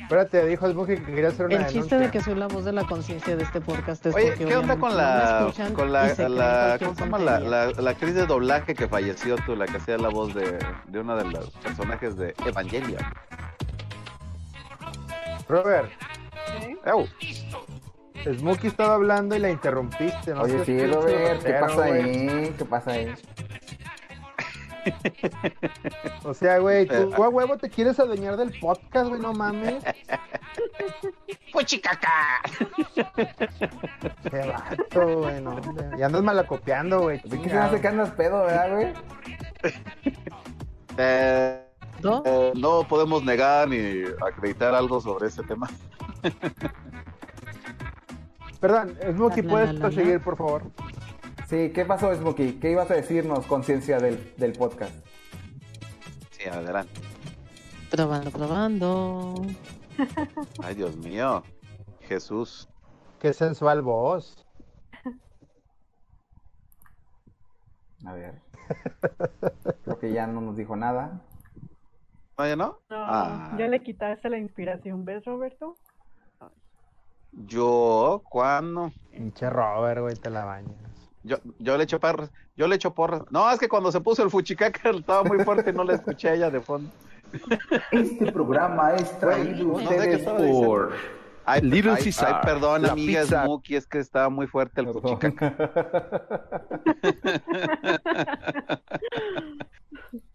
S7: Espérate, dijo el Buki que quería hacer una
S8: El chiste
S7: denuncia.
S8: de que soy la voz de la conciencia de este podcast es
S4: Oye,
S8: porque
S4: ¿qué onda
S8: obviamente
S4: con
S8: no
S4: la,
S8: escuchan
S4: con
S8: y
S4: la,
S8: se creen
S4: la,
S8: cualquier
S4: ¿cómo se llama? La,
S8: tontería.
S4: la- la actriz de doblaje que falleció tú, la que hacía la voz de, de uno de los personajes de Evangelia?
S7: Robert. Ew. Smokey estaba hablando y la interrumpiste. No
S5: Oye,
S7: seas
S5: sí,
S7: pinche
S5: Robert, ¿qué
S7: grosero,
S5: pasa
S7: güey.
S5: ahí? ¿Qué pasa ahí?
S7: O sea, güey, tú a huevo te quieres adueñar del podcast, güey, no mames.
S8: ¡Puchicaca!
S7: Qué vato, güey, no. hombre. Y andas malacopiando, güey.
S5: ¿De qué se me hace que andas pedo, verdad, güey?
S4: Eh, eh, no podemos negar ni acreditar algo sobre ese tema.
S7: Perdón, Smokey,
S5: La, la,
S7: ¿puedes
S5: la, la, la.
S7: seguir, por favor?
S5: Sí, ¿qué pasó, Smokey? ¿Qué ibas a decirnos, conciencia del, del podcast?
S4: Sí, adelante.
S8: Probando, probando.
S4: Ay, Dios mío. Jesús.
S7: Qué sensual voz.
S5: A ver. Creo que ya no nos dijo nada.
S4: ¿No, ya no?
S6: No,
S4: Ah.
S6: ya le quitaste la inspiración, ¿ves, Roberto?
S4: Yo, ¿cuándo?
S7: Pinche Robert, güey, te la baña.
S4: Yo, yo le echo parras, yo le echo porras. No, es que cuando se puso el fuchicaca estaba muy fuerte y no la escuché a ella de fondo.
S5: Este programa es traído
S4: no sé qué
S5: ustedes
S4: estaba diciendo.
S5: por...
S4: Ay,
S5: Little
S4: ay,
S5: Caesar,
S4: ay, perdón,
S5: la
S4: amiga
S5: pizza.
S4: Smokey, es que estaba muy fuerte el fuchicaca.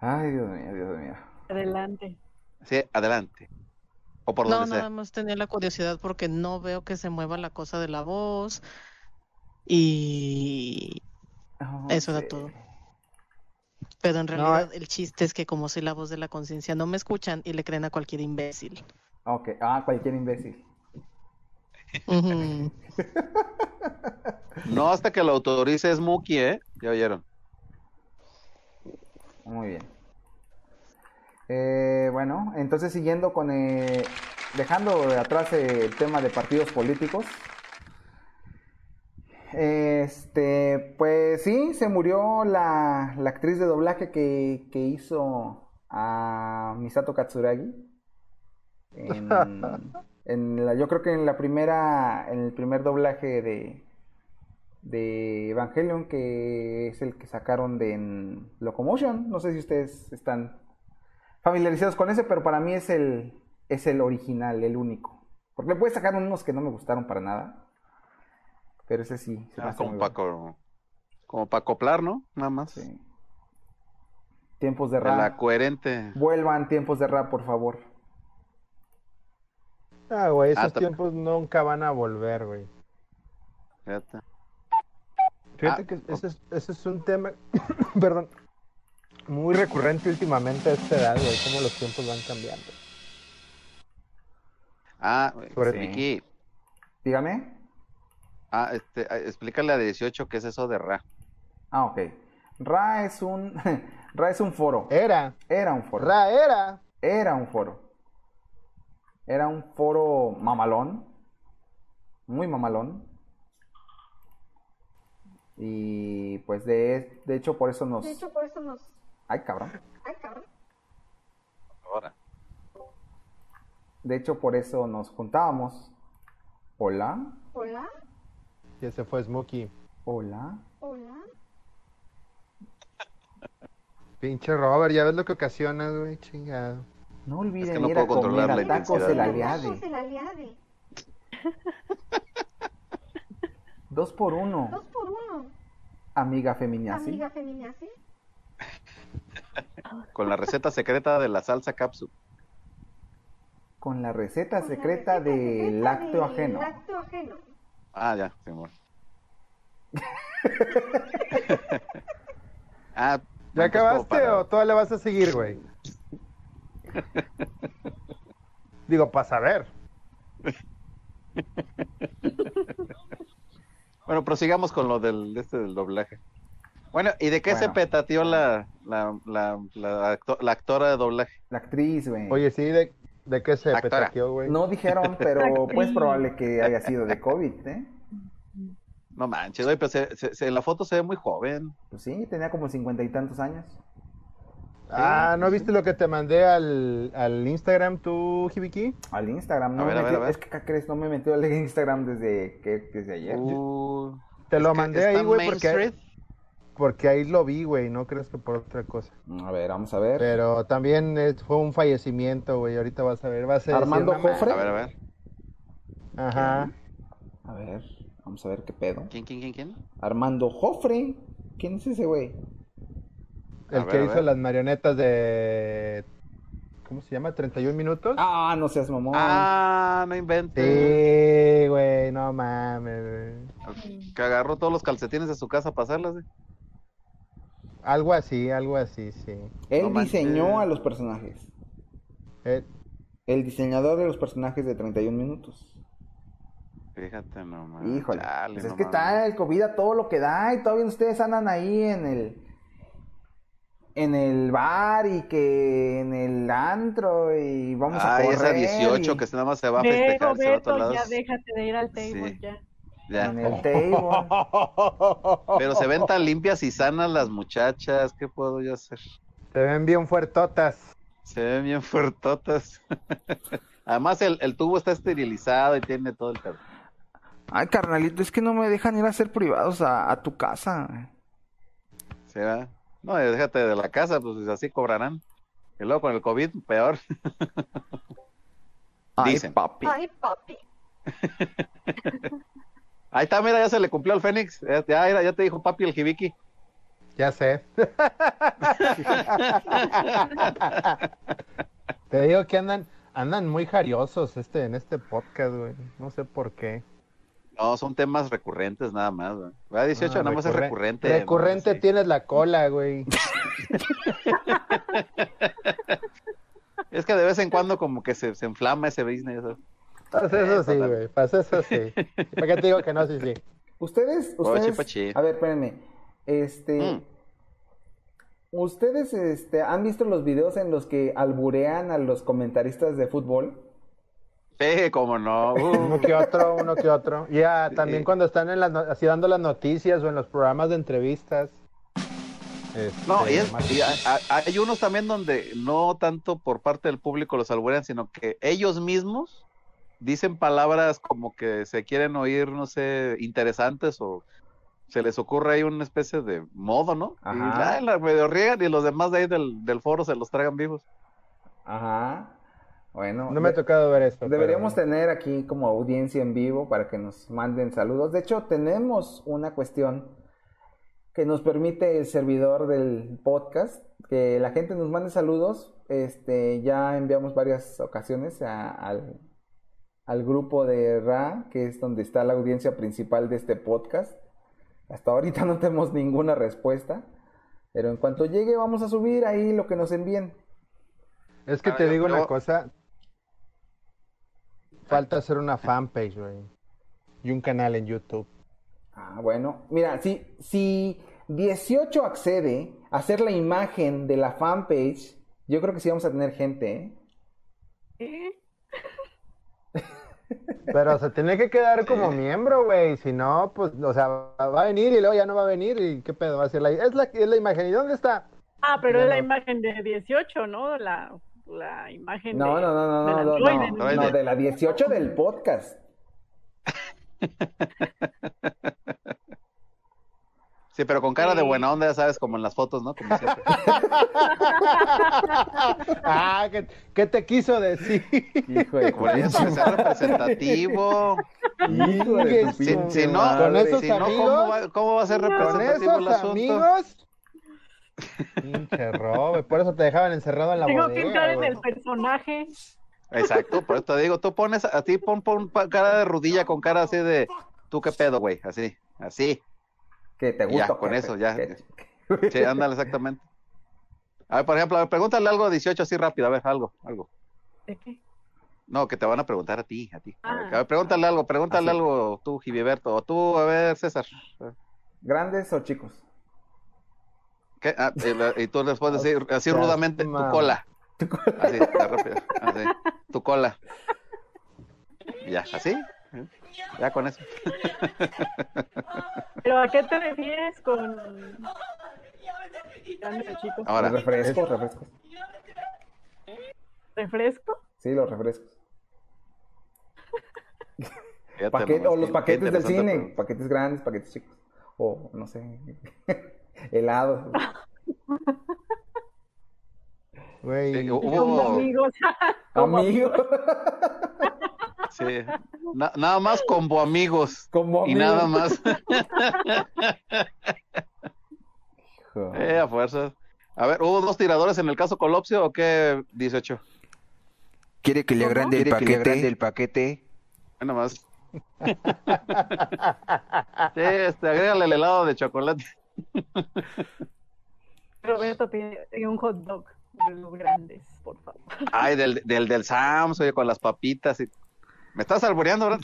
S5: Ay, Dios mío, Dios mío.
S6: Adelante.
S4: sí, adelante. O por
S8: No,
S4: donde
S8: nada
S4: sea.
S8: más tenía la curiosidad porque no veo que se mueva la cosa de la voz. Y eso era todo. Pero en realidad el chiste es que como soy la voz de la conciencia, no me escuchan y le creen a cualquier imbécil.
S5: Ok, ah, cualquier imbécil.
S8: Ujú.
S4: No hasta que lo autorice Smokey, ¿eh? Ya oyeron.
S5: Muy bien. Eh, bueno, entonces siguiendo con... eh, dejando de atrás eh, el tema de partidos políticos. Este, pues sí, se murió la, la actriz de doblaje que, que hizo a Misato Katsuragi. En, en la, yo creo que en la primera, en el primer doblaje de, de Evangelion, que es el que sacaron de en Locomotion. No sé si ustedes están familiarizados con ese, pero para mí es el, es el original, el único. Porque le puedes sacar unos que no me gustaron para nada. Pero ese sí. se me
S4: Ah,
S5: hace
S4: como
S5: muy
S4: para como para acoplar, ¿no? Nada más.
S5: bueno. Tiempos de
S4: De
S5: rap.
S4: la coherente.
S5: Vuelvan tiempos de rap, por favor.
S7: Ah, güey, esos
S4: Ah, ta-
S7: tiempos nunca van a volver, güey.
S4: Fíjate.
S7: Fíjate que ese es, ese es un tema, perdón, muy recurrente últimamente a esta edad, güey, cómo los tiempos van cambiando.
S4: Ah,
S7: Sobre-
S4: sí. Miki.
S5: Dígame.
S4: Ah, este, ah, explícale a 18 qué es eso de Ra.
S5: Ah, ok. Ra es un. Ra es un foro.
S7: Era.
S5: Era un foro.
S7: Ra era.
S5: Era un foro. Era un foro mamalón. Muy mamalón. Y pues de, de hecho por eso nos.
S6: por eso nos...
S5: Ay, cabrón.
S4: Ahora.
S5: De hecho por eso nos juntábamos. Hola.
S6: Hola,
S7: Ya se fue Smokey.
S5: Hola.
S6: hola.
S7: Pinche Robert, ya ves lo que ocasionas, güey, chingado.
S5: No olviden
S7: no
S5: ir
S7: puedo
S5: a comer
S7: controlar
S5: a
S7: la
S5: tacos
S7: intensidad.
S5: el aliade. Dos por uno,
S6: Dos por uno.
S5: amiga feminazi.
S6: Amiga feminazi.
S4: Con la receta secreta de la salsa capsu.
S5: con la receta secreta de lácteo ajeno.
S10: Acto ajeno.
S4: Ah, ya, Simón. ah,
S7: ¿Ya acabaste
S4: para-
S7: o todavía le vas a seguir, güey? Digo, para saber.
S4: Bueno, prosigamos con lo del, de este del doblaje. Bueno, ¿y de qué se
S5: Bueno.
S4: petateó la, la, la, la, acto- la actora de doblaje?
S5: La actriz, güey.
S7: Oye, sí, ¿de, de qué se
S4: Actora.
S7: petaqueó, güey?
S5: No dijeron, pero
S4: Actriz.
S5: pues probable que haya sido de COVID, ¿eh?
S4: No manches, güey, pero se- se- se- la foto se ve muy joven.
S5: Pues sí, tenía como cincuenta y tantos años.
S7: Ah, ¿no viste lo que te mandé al, al Instagram tú, Hibiki?
S5: Al Instagram,
S7: A
S5: no me
S7: ver, a ver,
S5: metí-
S7: a ver.
S5: es que ¿qué crees, no me metió al Instagram desde que desde ayer.
S7: Uh.
S4: Uh,
S7: Te lo
S5: es que
S7: mandé
S5: está
S7: ahí,
S5: en
S7: güey,
S5: Main
S7: porque,
S5: Street.
S7: porque ahí lo vi, güey, no crees que por otra cosa.
S5: A ver, vamos a ver.
S7: Pero también eh, fue un fallecimiento, güey, ahorita vas a ver, vas a
S5: Armando
S7: decir, no
S5: Jofre.
S7: mames.
S5: A ver, a ver.
S7: Ajá.
S5: A ver, vamos a ver qué pedo.
S4: ¿Quién, quién, quién, quién?
S5: Armando Jofre. ¿Quién es ese güey?
S7: El
S5: A ver,
S7: que
S5: a
S7: hizo
S5: ver.
S7: las marionetas de... ¿Cómo se llama? ¿31 minutos?
S5: Ah, no seas mamón.
S4: Ah, no inventes.
S7: Sí, güey, no mames. güey.
S4: Que agarró todos los calcetines de su casa para hacerlas, güey.
S7: Algo así, algo así, sí.
S5: Él
S7: No
S5: diseñó
S7: manches.
S5: a los personajes.
S7: El...
S5: diseñador de los personajes de 31 minutos.
S4: Fíjate nomás.
S5: Híjole.
S4: Ah, Chale,
S5: Pues
S4: no
S5: es que
S4: mames.
S5: está el COVID a todo lo que da y todavía ustedes andan ahí en el en el bar y que en el antro y vamos a
S4: Ay,
S5: correr.
S4: esa 18
S5: y-
S4: que se- nada más se va a festejar, se va a todos
S6: Beto, ya
S4: lados.
S6: déjate de ir al table
S4: Sí.
S6: ya.
S4: Ya.
S5: En el
S4: Oh.
S5: table.
S4: Pero se ven tan limpias y sanas las muchachas, ¿qué puedo yo hacer?
S7: Se ven bien fuertotas.
S4: Se ven bien fuertotas. Además, el, el tubo está esterilizado y tiene todo el pedo.
S11: Ay, carnalito, es que no me dejan ir a ser privados a, a tu casa.
S4: ¿Sí, va? No, y déjate de la casa, pues así cobrarán. Y luego con el COVID, peor.
S11: Ay,
S4: Dicen.
S11: papi.
S10: Ay, papi.
S4: Ahí está, mira, ya se le cumplió al Fénix. Ya, ya, mira, ya te dijo papi el Jibiki.
S7: Ya sé. Te digo que andan, andan muy jariosos este, en este podcast, güey. No sé por qué.
S4: No, son temas recurrentes nada más. ¿no? ¿Verdad? 18
S7: Ah,
S4: nada más es
S7: recurre-
S4: recurrente. ¿no?
S7: Recurrente tienes la cola, güey.
S4: Es que de vez en cuando como que se, se enflama ese business. ¿no?
S7: Pasa eso sí, güey. Pasa eso sí. ¿Para qué te digo que no? Sí, sí.
S5: Ustedes,
S7: Ochi,
S5: ustedes,
S7: pochi.
S5: a ver, espérenme, este,
S4: Mm.
S5: ustedes, este, han visto los videos en los que alburean a los comentaristas de fútbol.
S4: Sí, cómo no. uh.
S7: Uno que otro, uno que otro. Ya, también cuando están en las no- así dando las noticias o en los programas de entrevistas.
S4: No, y,
S7: Este,
S4: es-
S7: más-
S4: y hay- hay- hay unos también donde no tanto por parte del público los alburean, sino que ellos mismos dicen palabras como que se quieren oír, no sé, interesantes o se les ocurre ahí una especie de modo, ¿no? Y
S5: Ajá.
S4: la, la medio riegan y los demás de ahí del, del foro se los tragan vivos.
S5: Ajá. Bueno.
S7: No me ha tocado ver esto.
S5: Deberíamos tener aquí como audiencia en vivo para que nos manden saludos. De hecho, tenemos una cuestión que nos permite el servidor del podcast, que la gente nos mande saludos. Este, ya enviamos varias ocasiones a- al, al grupo de Ra, que es donde está la audiencia principal de este podcast. Hasta ahorita no tenemos ninguna respuesta, pero en cuanto llegue vamos a subir ahí lo que nos envíen.
S7: Es que
S5: Ah,
S7: te
S5: yo-
S7: digo una
S5: yo-
S7: cosa. Falta hacer una fanpage, güey. Y un canal en YouTube.
S5: Ah, bueno, mira, si, si 18 accede a hacer la imagen de la fanpage, yo creo que sí vamos a tener gente, ¿eh?
S6: ¿Eh?
S7: Pero se tiene que quedar como miembro, güey. Si no, pues, o sea, va a venir y luego ya no va a venir. ¿Y qué pedo? Va a ser la, es la, es la imagen. ¿Y dónde está?
S6: Ah, pero
S7: Ya
S6: es la
S7: no.
S6: imagen de 18, ¿no? La, la imagen
S5: No,
S6: de...
S5: no, no,
S6: de
S5: no, no,
S6: la
S5: no,
S6: androide,
S5: no, no, de la 18 del podcast.
S4: Sí, pero con cara de buena onda, ya sabes, como en las fotos, ¿no? Como siempre.
S7: Ah, ¿qué, qué te quiso decir?
S5: Hijo de
S4: Por eso, que sea representativo. Si, si no,
S7: con esos
S4: si no,
S7: amigos,
S4: ¿cómo, va, cómo va a ser
S7: con
S4: representativo el
S7: esos
S4: asunto?
S7: amigos. Pinche robo, por eso te dejaban encerrado en la
S6: Tengo que
S7: bodega.
S6: entrar en
S7: güey.
S6: el personaje.
S4: Exacto, por eso te digo, tú pones a ti, pon, pon pa- cara de rodilla con cara así de, tú qué pedo, güey, así, así.
S5: Que te
S4: gusta. Ya, con eso, ya. Sí, ándale, exactamente. A ver, por ejemplo, a ver, pregúntale algo a 18 así rápido, a ver, algo, algo.
S6: ¿De qué?
S4: No, que te van a preguntar a ti, a ti. A ver,
S6: Ah.
S4: a ver, pregúntale algo, pregúntale algo tú, Giviberto, o tú, a ver, César.
S5: ¿Grandes o chicos?
S4: ¿Qué? Ah, y, la- y tú les puedes decir así
S5: Ya,
S4: rudamente, tu
S5: mamá.
S4: cola. Así, ya rápido, así, tu cola. Ya, así. ¿eh? Ya con eso.
S6: ¿Pero a qué te refieres con...? Grande, chicos.
S4: Ahora.
S5: Los refrescos, refrescos.
S6: ¿Refresco?
S5: Sí, los refrescos.
S4: Fíjate
S5: Paquet-
S4: nomás,
S5: o los
S4: este qué- qué
S5: paquetes del
S4: interesante
S5: cine,
S4: pregunta.
S5: paquetes grandes, paquetes chicos. O, no sé, helados.
S4: Sí,
S6: Como
S4: hubo,
S6: amigos. Como
S5: Amigos.
S4: sí, na- nada más como amigos. Y nada más. Eh, a fuerzas. A ver, ¿hubo dos tiradores en el caso Colopsio o qué? 18.
S10: ¿Quiere que le agrande el
S4: ¿Quiere que le
S10: paquete?
S4: agrande
S10: el paquete?
S4: Nada más. sí, este, agrégale el helado de chocolate.
S6: Roberto pide un hot dog de los grandes, por favor.
S4: Ay, del, del, del Sams, oye, con las papitas. Y... Me estás alboreando, ¿verdad?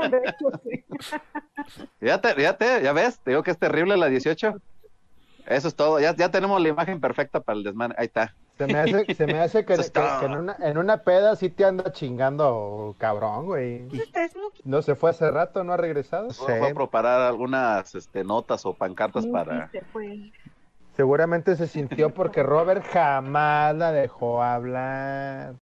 S6: Ah, De hecho, sí.
S4: Ya, te, ya, te- ya ves, te digo que es terrible la 18. Eso es todo. Ya, ya tenemos la imagen perfecta para el desmán. Ahí está.
S7: Se me hace, se me hace que,
S4: Eso es
S7: que-
S4: todo.
S7: que en, una, en una peda sí te anda chingando, cabrón, güey. No se fue hace rato, no ha regresado.
S4: Voy a preparar algunas este, notas o pancartas para.
S7: Seguramente se sintió porque Robert jamás la dejó hablar.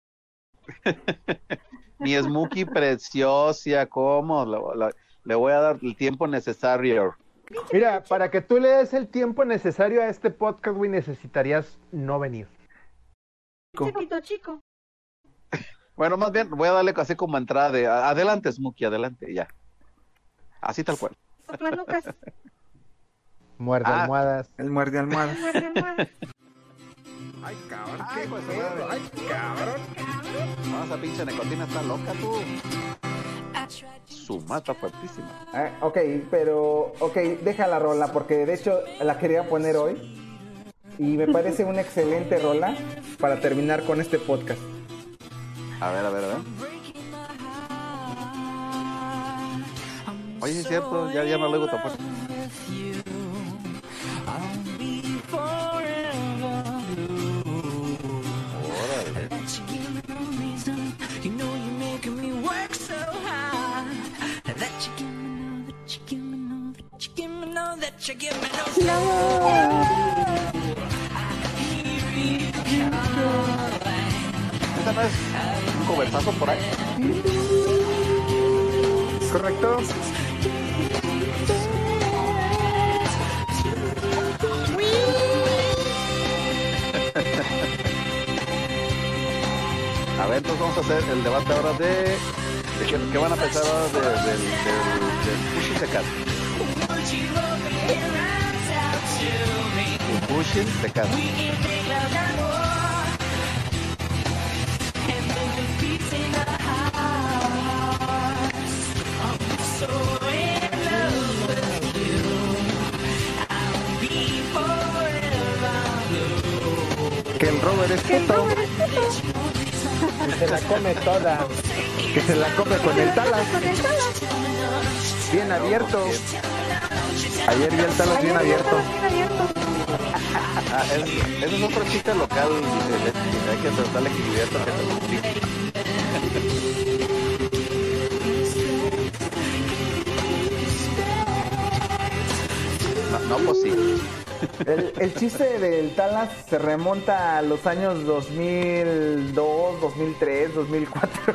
S4: Mi Smokey preciosa, ¿cómo? La- la- le voy a dar el tiempo necesario.
S7: Mira, para que tú le des el tiempo necesario a este podcast, güey, necesitarías no venir.
S12: Chiquito chico.
S4: Bueno, más bien voy a darle así como entrada de "A- adelante, Smokey, adelante, ya. Así tal cual.
S7: Muerde
S4: Ah.
S7: almohadas.
S10: El muerde almohadas.
S4: Ay, cabrón. Ay, pues, Ay, cabrón. No, esa pinche necotina está loca, tú. Su mata fuertísima.
S5: Ah, ok, pero, ok, deja la rola porque de hecho la quería poner hoy y me parece una excelente rola para terminar con este podcast.
S4: A ver, a ver, a ver. Oye, es cierto, ya, ya no lo oigo tampoco. Órale. ¿Esta no es un cobertazo por ahí?
S5: Correcto.
S4: A ver, entonces vamos a hacer el debate ahora de... de ¿Qué, qué van a pensar ahora de- del... del... del Pushing the Cat? Pushing the Cat.
S10: Que el Robert es puto.
S7: Y se la come toda.
S10: Que se la come con el talas. Bien abierto. Ayer vi el talas bien abierto.
S4: Ah, es- ese es otro chiste local. dice, le- Hay que tratarle que divierta. que te guste. No, no, pues sí.
S5: El, el chiste del Talas se remonta a los años 2002, 2003, 2004.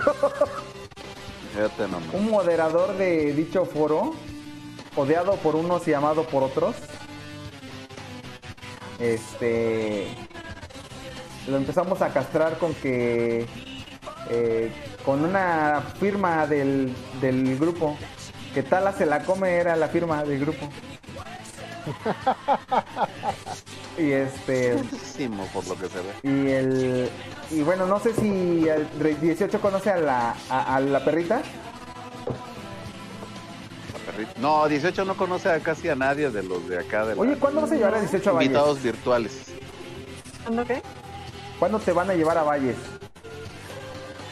S4: Fíjate nomás.
S5: Un moderador de dicho foro, odiado por unos y amado por otros, este, lo empezamos a castrar con que, eh, con una firma del, del grupo, que Talas se la come era la firma del grupo. Y este.
S4: por lo que se ve.
S5: Y el. Y bueno, no sé si el Rey 18 conoce a la, a, a la perrita.
S4: La perrita. No, 18 no conoce a casi a nadie de los de acá. De la-
S5: Oye, ¿cuándo vas a llevar a 18 a Valles?
S4: Invitados virtuales.
S6: ¿Cuándo qué?
S5: ¿Cuándo te van a llevar a Valles?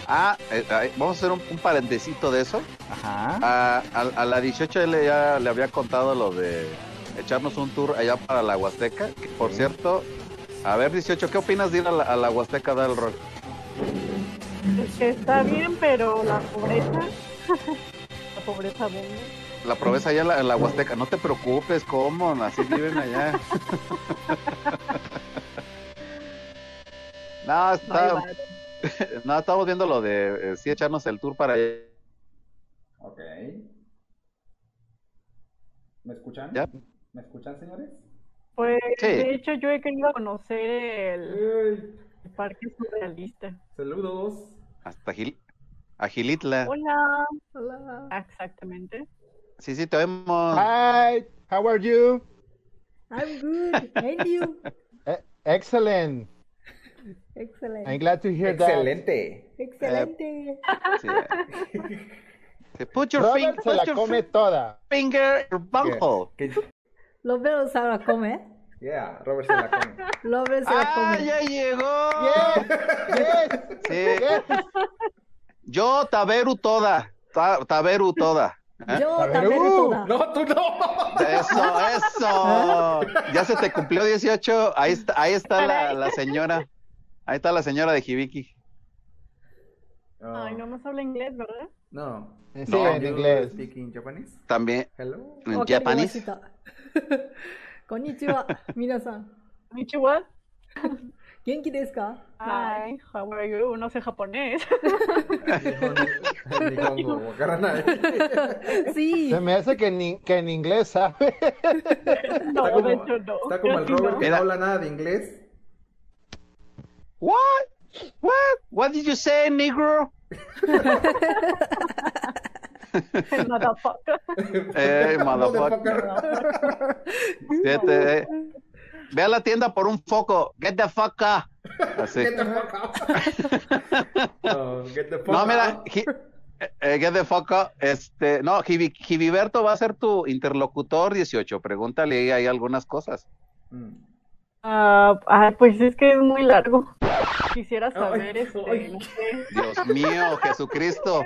S4: Ah, eh, eh, vamos a hacer un, un parentecito de eso.
S5: Ajá.
S4: A, a- a la 18 él ya le había contado lo de echarnos un tour allá para la Huasteca. que, por cierto, a ver 18, ¿qué opinas de ir a la, a la Huasteca a dar el rol?
S6: Es que Este, está bien, pero la pobreza. la pobreza vende.
S4: La proveza allá en la, en la Huasteca, no te preocupes, ¿cómo? Así viven allá. no, está-
S6: No hay
S4: no, estamos viendo lo de eh, sí echarnos el tour para allá.
S5: Ok. ¿Me escuchan?
S4: Ya.
S5: ¿Me escuchan, señores?
S6: Pues
S4: Sí.
S6: de hecho yo he querido conocer el, el parque surrealista.
S5: Saludos.
S4: Hasta Gil- a Gilitla.
S6: Hola. Hola. Exactamente.
S4: Sí, sí, te vemos.
S7: Ah, Hi, how are you?
S13: I'm good. And you?
S7: E- excellent.
S13: Excellent.
S7: I'm glad to hear that.
S5: Excelente.
S13: Excelente.
S4: Put
S13: your
S7: Robert
S13: fin-
S7: se
S13: put
S7: la
S13: your
S7: come
S13: fin-
S7: toda.
S4: Finger your bunghole.
S13: Los veros se la come.
S5: Yeah, Robert se la come.
S13: Los veros se la come.
S4: Ah, ya llegó! Sí.
S7: Yes.
S4: Yo, Taberu toda. Ta- taberu toda. ¿Eh?
S13: Yo también toda.
S5: No, tú no.
S4: Eso, eso. Ya se te cumplió 18. Ahí está, ahí está la, la señora. Ahí está la señora de Hibiki.
S6: Ay, no más habla inglés, ¿verdad?
S5: Oh. No.
S7: Sí,
S4: No.
S7: en inglés.
S5: Speaking Japanese.
S4: También.
S5: Hello.
S4: En
S13: Ok,
S4: japonés.
S13: guachita. Konnichiwa, minasan.
S6: Konnichiwa.
S13: Genki desu ka?
S6: Hi, how are you? No sé japonés.
S5: Ni Congo, Guacarana.
S13: Sí.
S7: Se me hace que, ni- que en inglés sabe.
S6: No,
S5: Está como-
S6: de hecho no.
S5: Está como el
S6: Yo sí
S5: Robert
S6: no.
S5: que no habla nada de inglés.
S4: What? What? What did you say, negro?
S6: Motherfucker.
S4: Eh, motherfucker. Siete, eh. Ve a la tienda por un foco. Get the fuck out. Así.
S5: Get the fuck out. No, get the fuck
S4: No, mira,
S5: out.
S4: Gi- eh, eh, get the fuck out. Este, no, Jibi- Jibiberto va a ser tu interlocutor 18. Pregúntale ahí, ahí algunas cosas.
S5: Mm.
S6: Ah, ah, pues es que es muy largo. Quisiera saber, este,
S5: ay.
S6: no sé.
S4: Dios mío, Jesucristo.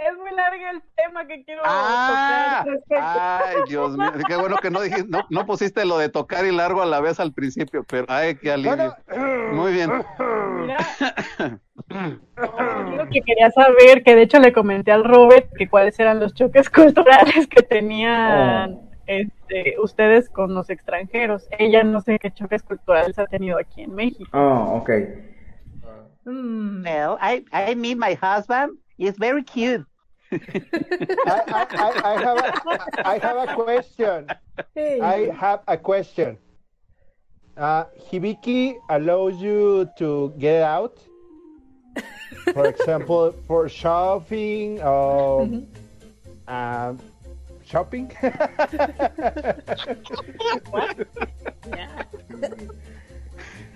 S6: Es muy largo el tema que quiero
S4: Ah,
S6: tocar. respecto-
S4: ay, Dios mío. Qué bueno que no dijiste, no, no pusiste lo de tocar y largo a la vez al principio, pero ay, qué alivio. Muy bien.
S6: Mira, lo que quería saber, que de hecho le comenté al Robert que cuáles eran los choques culturales que tenían
S5: Oh.
S6: este, ustedes con los extranjeros. Ella no sé qué choques culturales ha tenido aquí en México.
S5: Oh, ok.
S4: No, I, I meet my husband. He's very cute.
S7: I, I, I, have a, I have a question.
S13: Hey.
S7: I have a question. Uh, Hibiki allows you to get out, for example, for shopping or
S13: Mm-hmm.
S7: uh, shopping.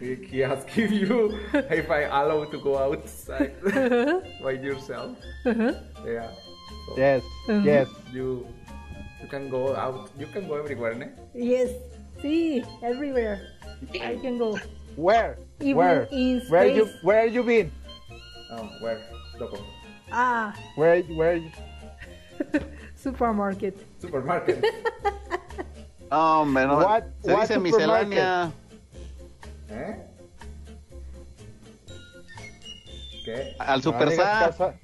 S5: He asking you if I allow to go outside by yourself. Yeah. So
S7: yes,
S13: Mhm.
S7: yes.
S5: You you can go out. You can go everywhere, ne?
S13: Yes. Sí, everywhere. I can go.
S7: Where?
S13: Even
S7: where?
S13: in
S7: Where you?
S13: space.
S7: Where you been?
S5: Oh, where? Loco.
S13: Ah,
S7: Where? Where? you-
S13: supermarket.
S5: Supermarket.
S4: No, hombre, no.
S7: What-
S4: se
S7: what
S4: dice
S7: supermarket?
S4: miscelánea.
S5: ¿Eh? ¿Qué?
S4: Al
S7: No le
S4: Super
S7: hagas
S4: Sam.
S7: caso a-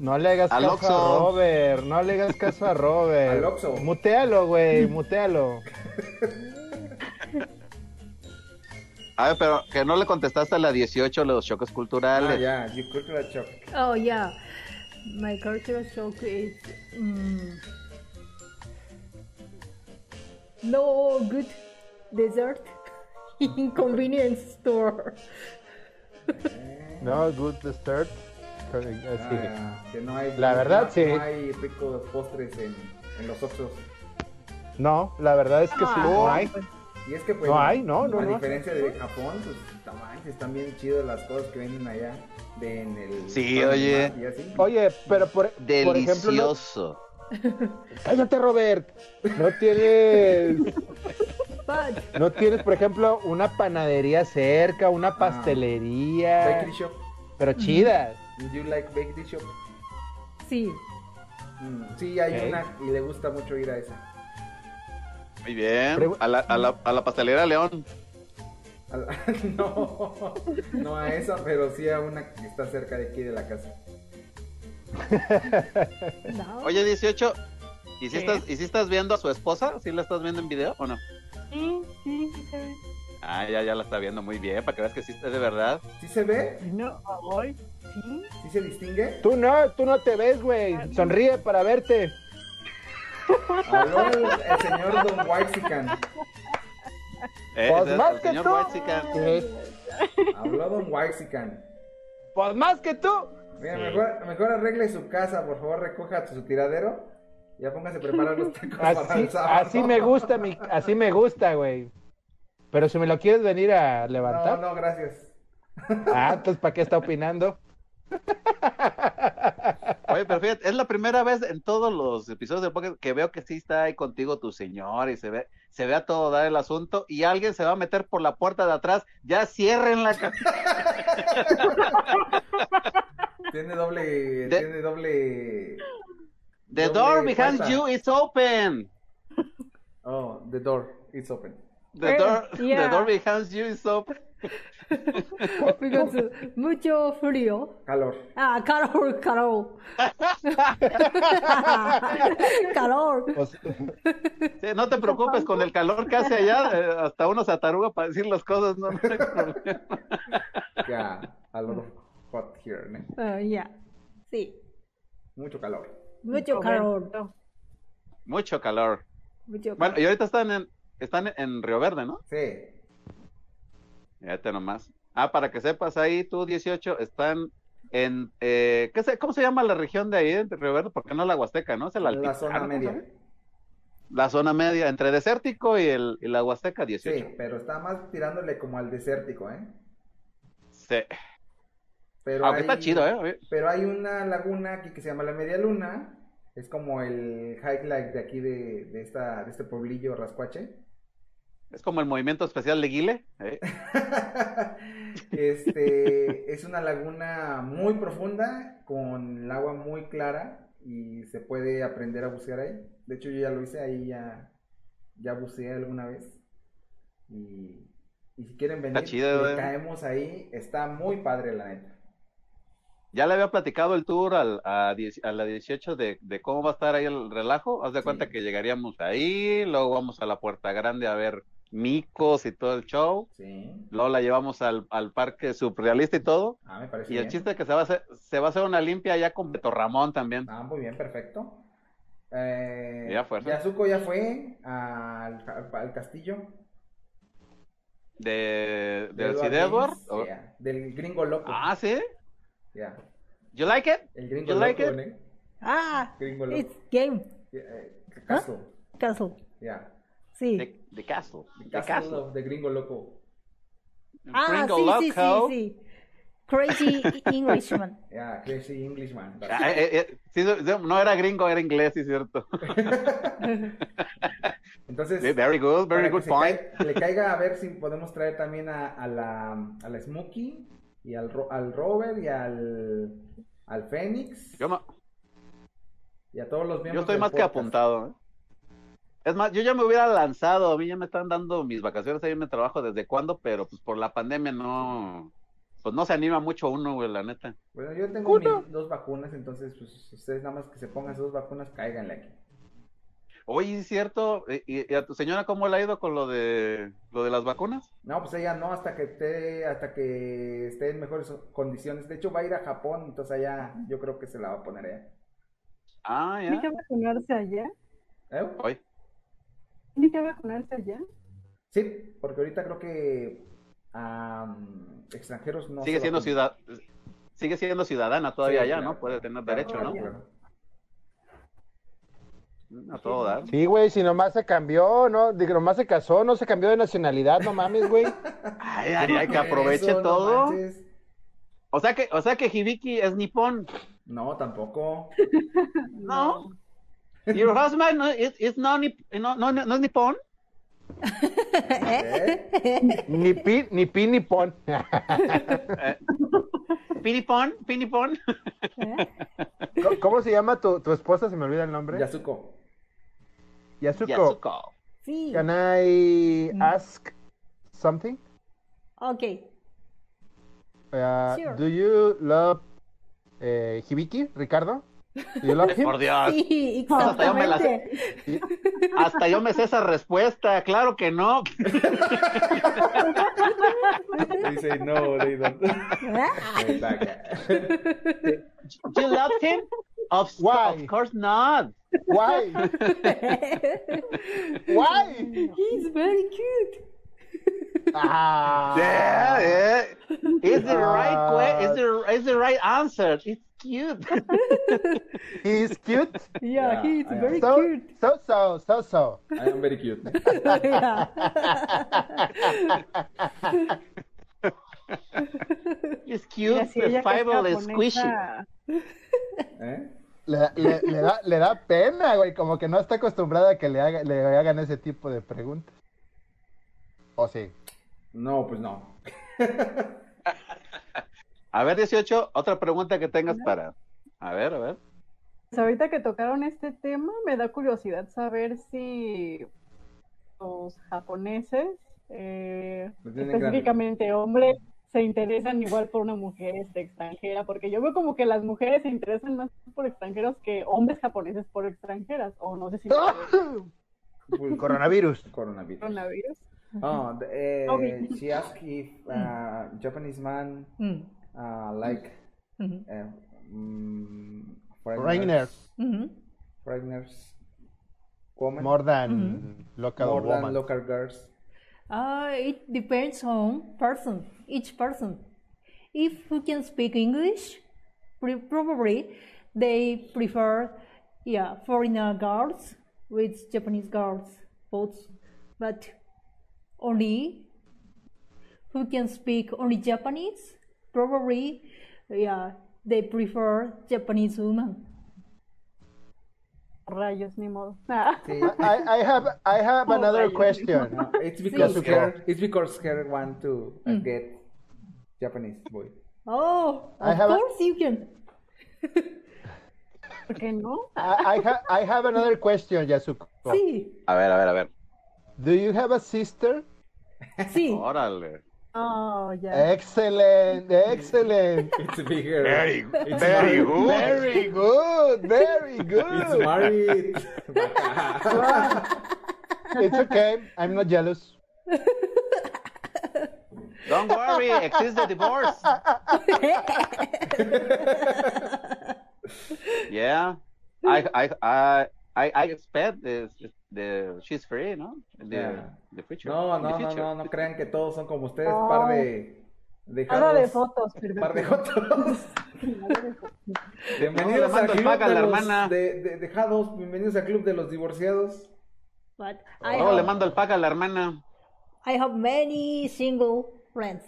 S7: No le hagas
S4: Al
S7: caso a
S4: Oxxo.
S7: Robert, no le hagas caso a Robert.
S5: Al Oxxo.
S7: Mutealo, güey, mutealo.
S4: A ver, Ah, pero que no le contestaste a la 18 los choques
S5: Ah,
S4: culturales.
S5: yeah, you cultural shock.
S13: Oh, yeah. My cultural shock is mm, no good dessert in convenience store.
S7: No, good start. Así.
S5: Ah, ya, que no hay,
S7: La verdad,
S5: no,
S7: sí.
S5: No hay ricos postres en, en los Oxxos.
S7: No, la verdad es que sí, no hay.
S5: Y es que pues,
S7: No hay, no, no,
S5: a
S7: no.
S5: diferencia de Japón, pues no manches, están bien chidas las cosas que venden allá de en el
S4: Sí, oye.
S5: y así.
S7: Oye, pero por, por ejemplo. no-
S4: Delicioso.
S7: Cállate, Robert. No tienes.
S6: But
S7: No tienes, por ejemplo, una panadería cerca, una
S5: Ah.
S7: pastelería.
S5: Bakery shop.
S7: Pero chidas.
S5: Do you like bakery shop?
S6: sí.
S5: Mm, sí, hay
S4: Ok.
S5: una y le gusta mucho ir a esa.
S4: Muy bien. A la, a la, a la pastelera León.
S5: A la- no, no a esa, pero sí a una que está cerca de aquí de la casa.
S4: Oye, 18. ¿Y si, estás, ¿Y si estás viendo a su esposa? ¿Sí la estás viendo en video o no?
S14: Sí, sí, sí se ve.
S4: Ah, ya, ya la está viendo muy bien, para que veas que sí está de verdad.
S5: ¿Sí se ve?
S14: No, hoy. Sí.
S5: ¿Sí se distingue?
S7: Tú no, tú Ah, no te ves, güey. Sonríe para verte.
S5: Habló el, el señor Don Waxican.
S4: Eh,
S7: Pues
S4: es el-
S7: más
S4: el
S7: que
S4: señor
S7: tú.
S4: Whitezican.
S5: Habló Don Waxican.
S7: Pues más que tú.
S5: Mira,
S7: Sí.
S5: mejor, mejor arregle su casa, por favor, recoja su tiradero. Ya póngase a preparar los tacos para
S7: Así,
S5: el sábado.
S7: así me gusta, mi, así me gusta, güey. Pero si me lo quieres venir a
S5: No,
S7: levantar.
S5: no, gracias.
S7: Ah, entonces, ¿para qué está opinando?
S4: Oye, pero fíjate, es la primera vez en todos los episodios del podcast que veo que sí está ahí contigo tu señor y se ve, se ve a todo dar el asunto y alguien se va a meter por la puerta de atrás. Ya cierren la ca-
S5: Tiene doble. Tiene doble.
S4: The
S5: doble
S4: door behind
S5: puerta.
S4: you is open.
S5: Oh, the door is open.
S4: The door,
S6: Eh, Yeah.
S4: the door behind you is open.
S6: Because mucho frío.
S5: Calor.
S6: Ah, calor, calor. calor.
S4: Sí, no te preocupes con el calor que hace allá, eh, hasta uno se ataruga para decir las cosas, no, no hay problema.
S5: Ya, a lot of hot here, ¿no?
S6: Ah, ya. Sí.
S5: Mucho calor.
S6: Mucho calor.
S4: Mucho calor.
S6: Mucho calor.
S4: Bueno, y ahorita están en, están en Río Verde, ¿no?
S5: Sí.
S4: Fíjate nomás. Ah, para que sepas ahí, tú 18, están en, eh, ¿qué se, ¿cómo se llama la región de ahí, de Río Verde? Porque no la Huasteca, ¿no? Es el
S5: La
S4: altiplano,
S5: zona
S4: ¿no?
S5: media.
S4: La zona media, entre desértico y, el, y la Huasteca 18.
S5: Sí, pero está más tirándole como al desértico, ¿eh?
S4: Sí.
S5: Pero
S4: Aunque
S5: hay-
S4: está chido, ¿eh?
S5: Pero hay una laguna aquí que se llama la Media Luna. Es como el highlight de aquí de, de esta, de este pueblillo rascuache.
S4: Es como el movimiento especial de Guile. ¿eh?
S5: Este, es una laguna muy profunda, con el agua muy clara y se puede aprender a bucear ahí. De hecho, yo ya lo hice ahí, ya, ya buceé alguna vez. Y, y si quieren venir,
S4: chido,
S5: le
S4: eh.
S5: caemos ahí. Está muy padre, la neta.
S4: Ya le había platicado el tour al, a, dieci- a la 18 de, de cómo va a estar ahí el relajo. Haz de cuenta que llegaríamos ahí, luego vamos a la Puerta Grande a ver micos y todo el show. Luego la llevamos al, al parque surrealista y todo.
S5: Ah, me parece
S4: Y el
S5: bien.
S4: chiste es que se va a hacer, se va a hacer una limpia ya con Beto Ramón también.
S5: Ah, muy bien, perfecto. Eh,
S4: Ya fuerza.
S5: Yasuko ya fue al, al castillo.
S4: De, de
S5: Edward
S4: Sid Edward.
S5: Gaines, yeah, Del gringo loco.
S4: Ah, sí.
S5: Yeah.
S4: You like it?
S5: El gringo
S4: You
S5: loco,
S4: like
S5: ¿no?
S6: Ah,
S5: Gringo loco.
S6: it's game.
S5: Yeah, eh, Castle.
S4: ¿Ah?
S6: Castle.
S5: Yeah.
S6: Sí.
S4: The, the castle. The
S5: Castle,
S4: castle.
S5: of the gringo loco.
S6: ah,
S4: Gringo
S6: sí,
S4: Loco.
S6: sí, sí, sí. Crazy Englishman.
S5: Yeah, crazy Englishman.
S4: Ah, eh, eh, sí, sí, no era gringo, era inglés, sí, cierto.
S5: Entonces,
S4: Sí, very good,
S5: para
S4: very
S5: que
S4: good
S5: se
S4: point.
S5: ca- le caiga a ver si podemos traer también a, a la, a la Smokey y al, Ro- al Robert y al, al Fénix
S4: Yo, ma-
S5: y a todos los miembros.
S4: yo estoy
S5: del
S4: más que
S5: podcast.
S4: apuntado. ¿eh? Es más, yo ya me hubiera lanzado, a mí ya me están dando mis vacaciones ahí en mi trabajo desde cuándo, pero pues por la pandemia no, pues no se anima mucho uno, güey, la neta.
S5: Bueno, yo tengo mis dos vacunas, entonces pues ustedes nada más que se pongan esas dos vacunas, cáiganle aquí.
S4: Oye, es cierto, ¿Y- ¿y, y a tu señora cómo le ha ido con lo de lo de las vacunas?
S5: No, pues ella no, hasta que esté, hasta que esté en mejores condiciones. De hecho, va a ir a Japón, entonces allá yo creo que se la va a poner allá.
S4: Ah,
S14: ¿Tiene que vacunarse allá?
S5: ¿Eh?
S4: Hoy.
S14: ¿Tiene que vacunarse allá?
S5: Sí, porque ahorita creo que am, extranjeros no.
S4: sigue
S5: se
S4: siendo
S5: vacunan.
S4: ciudad, sigue siendo ciudadana todavía
S5: Sí,
S4: ya,
S5: claro.
S4: ¿no? Puede tener
S5: Claro,
S4: derecho,
S5: claro,
S4: ¿no?
S5: claro.
S4: A todo dar.
S7: Sí, güey, si nomás se cambió, ¿no? Digo, nomás se casó, no se cambió de nacionalidad, no mames, güey.
S4: Ay, ay, ay, que aproveche
S7: Eso, no
S4: todo.
S7: manches.
S4: o sea que, o sea que Hibiki es nipón.
S5: No, tampoco.
S4: No. Your husband no- is, is no, nip- no, no, no es nipón.
S5: ¿Eh?
S7: Ni pi, ni pi, ni pon.
S4: Pinipón, pinipón.
S14: ¿Eh?
S7: ¿Cómo- ¿Cómo se llama tu, tu esposa? Se me olvida el nombre.
S5: Yasuko.
S7: Yasuko.
S4: Yasuko.
S6: Sí.
S7: Can I ask something?
S6: Okay.
S7: Uh,
S6: Sure.
S7: Do you love eh, Hibiki, Ricardo? Do you love him?
S4: Por Dios.
S6: Sí,
S4: Hasta yo Ah, me la sé.
S6: exactamente.
S4: Hasta yo me sé esa respuesta, claro que no.
S5: Dice, no, they don't. Way back.
S4: You love him? Of, Why? of course not.
S7: Why? Why?
S6: He's very cute.
S7: Ah.
S4: Yeah, yeah. It's the right que- it's the, it's the right answer. It's cute.
S7: He's cute.
S6: Yeah, he's
S5: I am.
S6: very
S7: so,
S6: cute.
S7: So so so so.
S5: I am very cute.
S6: Yeah.
S4: It's cute,
S6: Así ella que
S4: fibal
S6: está
S4: is
S6: con
S4: squishy.
S6: esa-
S5: ¿Eh?
S7: Le, da- le- le da, le da pena, güey, como que no está acostumbrada a que le, haga- le hagan ese tipo de preguntas. ¿O sí?
S5: No, pues no.
S4: A ver, 18, otra pregunta que tengas para. A ver, a ver.
S15: Pues ahorita que tocaron este tema, me da curiosidad saber si los japoneses, eh,
S5: Lo tienen grande.
S15: específicamente hombres, se interesan igual por una mujer este, extranjera, porque yo veo como que las mujeres se interesan más por extranjeros que hombres japoneses por extranjeras, o no sé si
S7: Coronavirus.
S5: Coronavirus.
S15: coronavirus.
S5: Oh, the- eh,
S15: Okay.
S5: she asked if uh, Japanese man
S6: Mm.
S5: uh, like
S6: Mhm.
S5: uh, mm,
S7: Foreigners.
S6: Mhm.
S5: foreigners woman
S7: More than local
S5: more than
S7: woman.
S5: local girls.
S6: Uh, it depends on person, each person. If who can speak English, pre- probably they prefer, yeah, foreigner girls with Japanese girls, both. But only who can speak only Japanese, probably, yeah, they prefer Japanese women.
S15: Rayos, ni modo.
S6: Ah.
S15: Nada.
S7: I, I have I
S6: Oh,
S7: have another question.
S5: No, uh, it's because
S7: Yasuko.
S5: her, it's because her want to uh, get Japanese boy.
S6: Oh,
S7: I
S6: of
S7: have a-
S6: course you can.
S15: ¿Por qué no?
S7: I, I, ha- I have another question, Yasuko.
S6: Sí,
S4: A ver, a ver, a ver.
S7: Do you have a sister?
S6: sí.
S4: Órale.
S15: Oh, ya.
S7: Excellent, excellent.
S5: It's bigger.
S4: Very-
S5: it's
S4: very
S5: mar-
S4: good.
S7: Very good, very good.
S5: It's married.
S7: It's okay. I'm not jealous.
S4: Don't worry, exists the divorce. Yeah. I I I I, I expect the, the she's free, ¿no? The,
S5: Yeah.
S4: the future.
S5: No,
S4: in the
S5: no, no,
S4: future.
S5: no, no crean que todos son como ustedes,
S15: No.
S5: par de Oh. de
S15: Habla de
S5: jatos,
S15: fotos, perdón.
S5: par de jotos.
S4: No, le
S5: Bienvenidos a
S4: mando el
S5: Club
S4: pack a
S5: de
S4: la
S5: los
S4: hermana.
S5: de, de, de jados, bienvenidos a Club de los Divorciados.
S6: But I
S4: No, Oh, le
S6: have-
S4: mando el pack a la hermana.
S6: I have many single friends.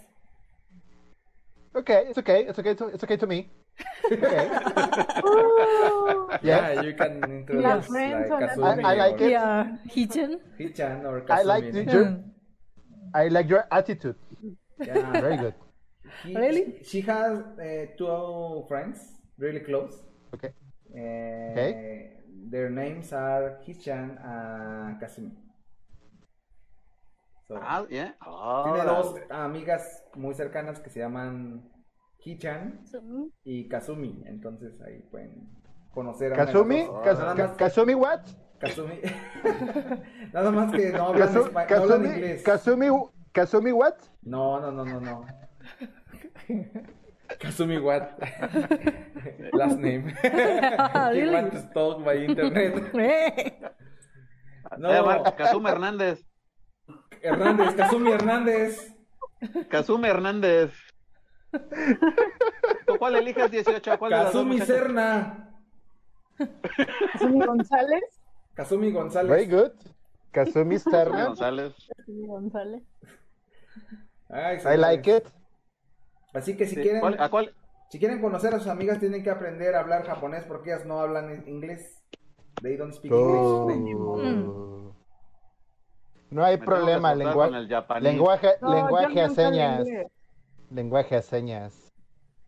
S7: Okay, it's okay. It's okay. To, it's okay to me. Okay.
S5: Yeah,
S6: Ah,
S7: Yes.
S5: you can introduce
S15: La
S5: like
S15: friendzone,
S5: Kazumi
S7: I- I like
S5: or
S7: it.
S6: Yeah, Hitchin.
S5: Hichan or Kazumi.
S7: I like the- your, I like your attitude.
S5: Yeah.
S7: Very good.
S5: He-
S6: Really?
S5: She has uh, two friends, really close.
S7: Okay.
S5: Uh, Their names are Hichan and Kazumi. So,
S4: Ah, yeah.
S5: tiene
S4: Órale.
S5: dos amigas muy cercanas que se llaman Hichan
S6: mm.
S5: y Kazumi. Entonces ahí pueden conocer a una de las
S7: Kazumi,
S5: dos.
S7: Kaz-
S5: Nada más-
S7: Ka- Kazumi, what?
S5: Kazumi. Nada más que no hablan,
S7: Kazu-
S5: espa- no hablan
S7: Kazumi,
S5: inglés.
S7: Kazumi, Kazumi, what?
S5: No, no, no, no, no. Kazumi what? Last name. He
S6: Really?
S5: wants to talk by internet. No,
S4: Se llama Eh, Kazuma Hernández.
S5: Hernández, Kazumi Hernández.
S4: Kazuma Hernández. ¿Tú cuál elijas 18? ¿Cuál de las dos
S5: Kazumi
S4: muchachas?
S5: Serna.
S15: Kazumi González.
S5: Kazumi González.
S7: Very good. Kazumi Sterna.
S4: González.
S6: González.
S5: Ay,
S7: I
S5: señores.
S7: like it.
S5: Así que si
S7: Sí,
S5: quieren,
S7: ¿cuál-
S4: Ah.
S7: a
S5: si quieren conocer a sus amigas, tienen que aprender a hablar japonés porque ellas no hablan en- inglés. They don't speak English.
S7: Oh.
S5: They-
S7: No hay
S5: Me tengo
S7: problema.
S5: que juntar
S7: Lenguaje,
S5: con el japonés.
S7: lenguaje,
S6: No,
S7: lenguaje
S6: yo
S7: a
S6: nunca
S7: señas.
S6: aprendí.
S7: Lenguaje a señas.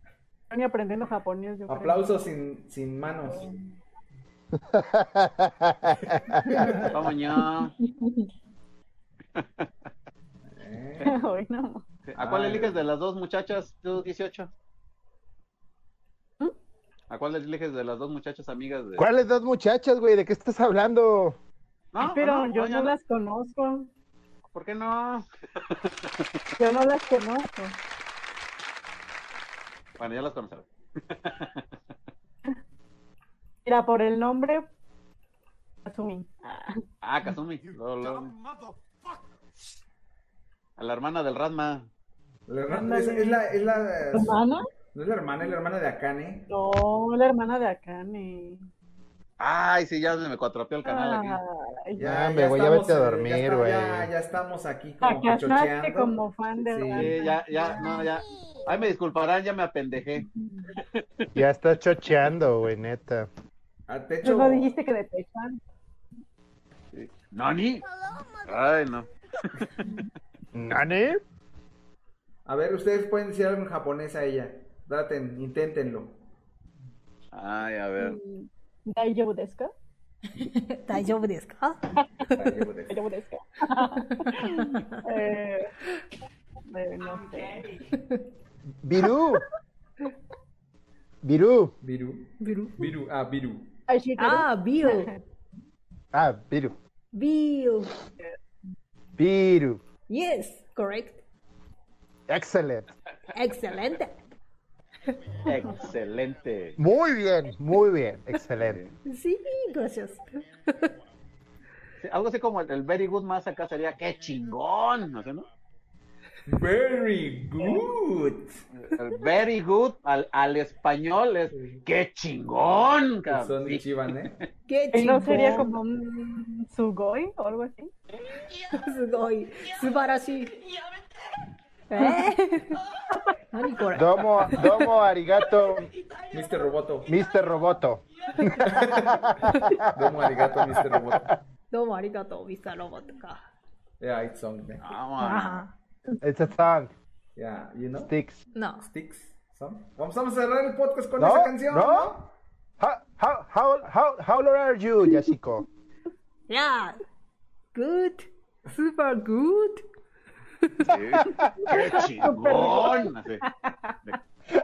S6: Están ni aprendiendo japonés. yo creo.
S5: Aplausos sin, sin manos.
S4: Vamos ya.
S5: Eh.
S6: Ay, no.
S4: ¿A cuál
S5: Ay.
S4: eliges de las dos muchachas, tú 18? ¿A cuál eliges de las dos muchachas amigas? De...
S7: ¿Cuáles dos muchachas, güey? ¿De qué estás hablando?
S4: No,
S6: Pero
S4: Ah, no,
S6: yo
S4: no, ya
S6: no
S4: no.
S6: las conozco.
S4: ¿Por qué no?
S6: Yo no las conozco.
S4: Bueno, ya las conocemos.
S6: Mira, por el nombre, asumí. Ah,
S4: Ah, Kazumi. luego, luego. A la hermana del Rasma.
S5: La hermana- es, es la, es la-
S6: ¿Hermana?
S5: No es la hermana, es la hermana de Akane.
S6: No, la hermana de Akane.
S4: Ay, sí, ya se me cuatropeó el
S6: Ah.
S4: canal aquí.
S6: Ay,
S7: Ya, hombre, güey, ya
S5: estamos,
S7: vete a
S5: eh, ya
S7: dormir,
S5: está-
S7: güey.
S5: Ya, ya estamos aquí como
S6: Fracasaste
S5: chocheando.
S6: como fan de
S4: Sí, ya, ya, no, ya. Ay, me disculparán, ya me apendejé.
S7: Ya estás chocheando, güey, neta.
S5: Ah, te
S6: Tú
S5: echo-
S6: no dijiste que de Pechan.
S4: ¿Nani? Ay, no.
S7: ¿Nani?
S5: A ver, ustedes pueden decir algo en japonés a ella. Traten, inténtenlo.
S4: Ay, a ver.
S6: Daiyoubu desu ka?
S8: Daiyoubu desu ka?
S6: Daiyoubu desu ka? Eh, eh, no sé.
S7: Virú. Virú.
S5: Viru.
S8: Viru.
S5: Viru. Ah, Viru.
S8: Ah, Bill.
S7: Ah, Virú.
S8: Bill.
S7: Virú.
S8: Yes, correct.
S7: Excellent.
S8: Excelente.
S4: Excelente.
S7: Muy bien, muy bien. Excelente.
S8: Sí, gracias.
S4: Sí, algo así como el, el Very Good más acá sería ¡Qué chingón! ¿no? sé, ¿no?
S5: Very good.
S4: El Very Good al, al español es ¡Qué chingón! cabrón!
S5: Son de Chivan, ¿eh?
S8: ¿Qué
S6: ¿Y no
S8: chingón.
S6: sería como un sugoi o algo así?
S8: Sugoi. Subarashi. ¿Eh? Nani kore?
S7: Domo, domo, arigato,
S5: Mr. Roboto.
S7: Mr. Roboto.
S5: Domo arigato, Mr. Roboto. Eh,
S8: Domo arigato, Mr. Robot ka.
S5: Yeah, it's song. Yeah,
S8: Ajá.
S7: It's a song.
S5: Yeah, you know.
S7: Sticks.
S8: No.
S5: Sticks. Some- Vamos a cerrar el podcast con
S7: ¿No?
S5: esa canción.
S7: ¿No? How, how, how, how, how old are you, Yashiko?
S8: Yeah. Good. Super good.
S4: ¡Qué chingón! Así.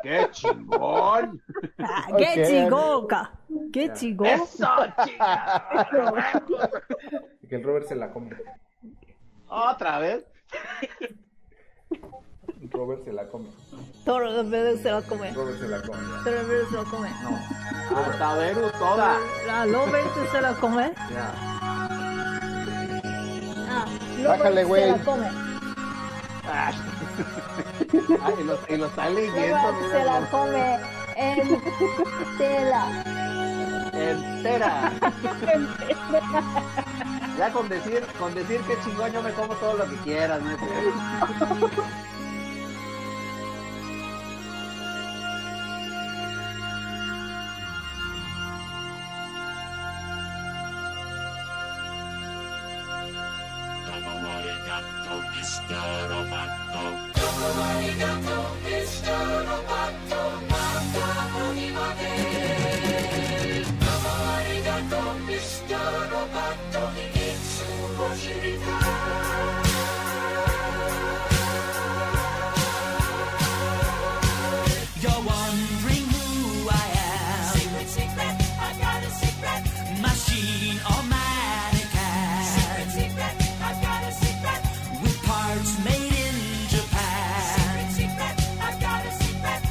S4: ¡Qué chingón!
S8: Ah,
S4: Ok.
S8: ¡Qué chingón ka! ¡Qué chingón!
S4: ¡Eso, chica!
S5: Que el Robert se la come.
S4: ¿Otra vez?
S5: Robert se la come.
S8: Todos los bebés se lo comen.
S5: Robert se la come.
S8: Todos los bebés se lo comen.
S4: ¡Hasta ver toda!
S8: La Lovers se lo come.
S5: Ya.
S8: Ah,
S7: Bájale,
S8: Lovers
S7: güey.
S8: se lo come.
S4: Ay, y lo, y lo está leyendo.
S8: Lovers se
S4: mira,
S8: la come entera.
S4: Entera. Ya con decir, con decir que chingón yo me como todo lo que quieras, ¿no?
S16: You're wondering who I am. Secret, secret, I got a secret. Machine or mannequin. Secret, secret, I got a secret. With parts made in Japan. Secret, secret, I got a secret.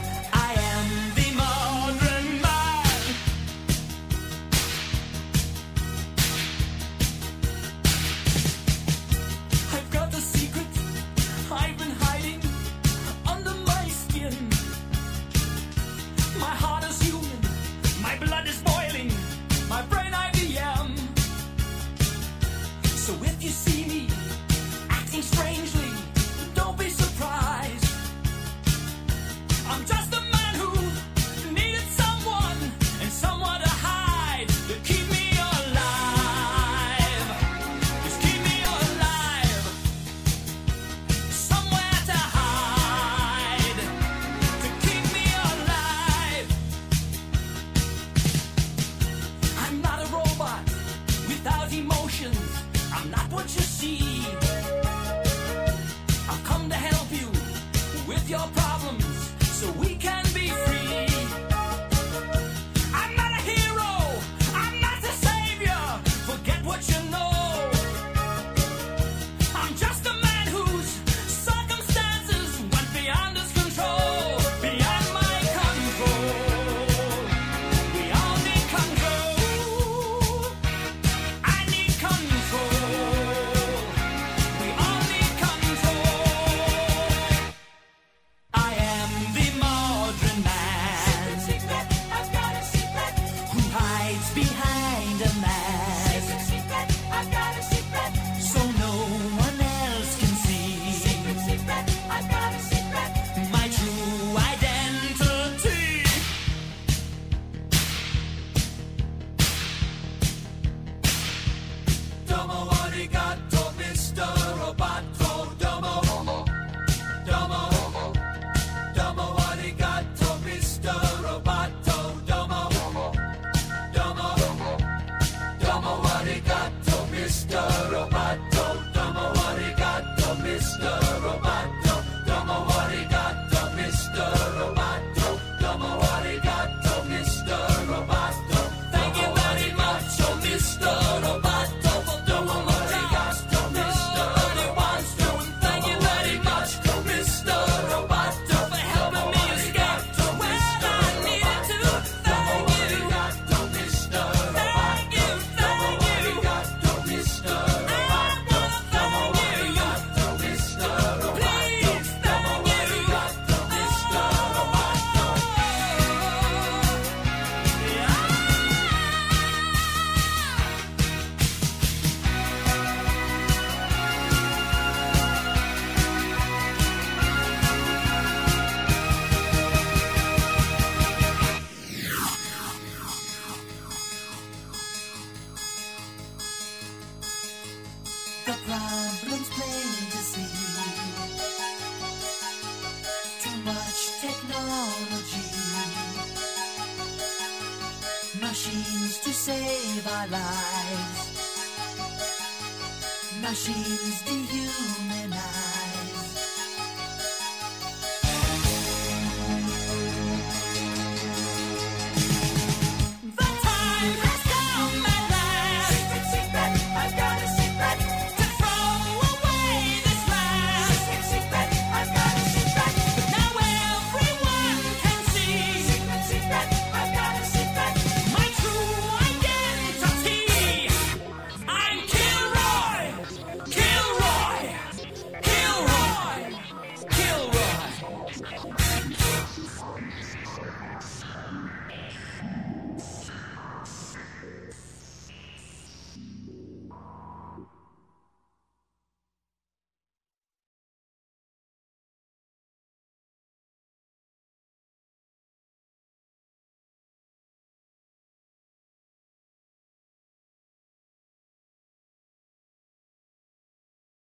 S6: with your problems so we can be free. I'm not a hero, I'm not a savior. Forget what you know. I'm just a man whose circumstances went beyond his control, beyond my control, beyond in control. I need control. We all need control. I am the modern man. I've got a secret. Who hides behind a mask? I've got a secret. So no one else can see. I've got a secret. My true identity. Domo arigato, Mr. Roboto. Domo. Domo. Domo arigato, Mr. Roboto. Domo. Domo. Domo arigato, Mr. Roboto. Domo arigato, Mr. Roboto. Domo arigato, Mr. Roboto. Domo arigato, Mr. Roboto. Thank you very much, oh Mr. Roboto. Domo arigato, Mr. Roboto. Thank you very much, oh Mr. Roboto, for helping me escape to where I needed to. Thank you. Thank you, thank you. I wanna thank you. Please, thank you. The problem's plain to see. Too much technology. Machines to save our lives. Machines dehumanize. The time has come at last. Secret, secret, I've got a secret to throw away this last. Secret, secret, I've got a secret. Now everyone can see. Secret, secret, I've got a secret. My true identity. I'm Kilroy. Kilroy. Kilroy. Kilroy.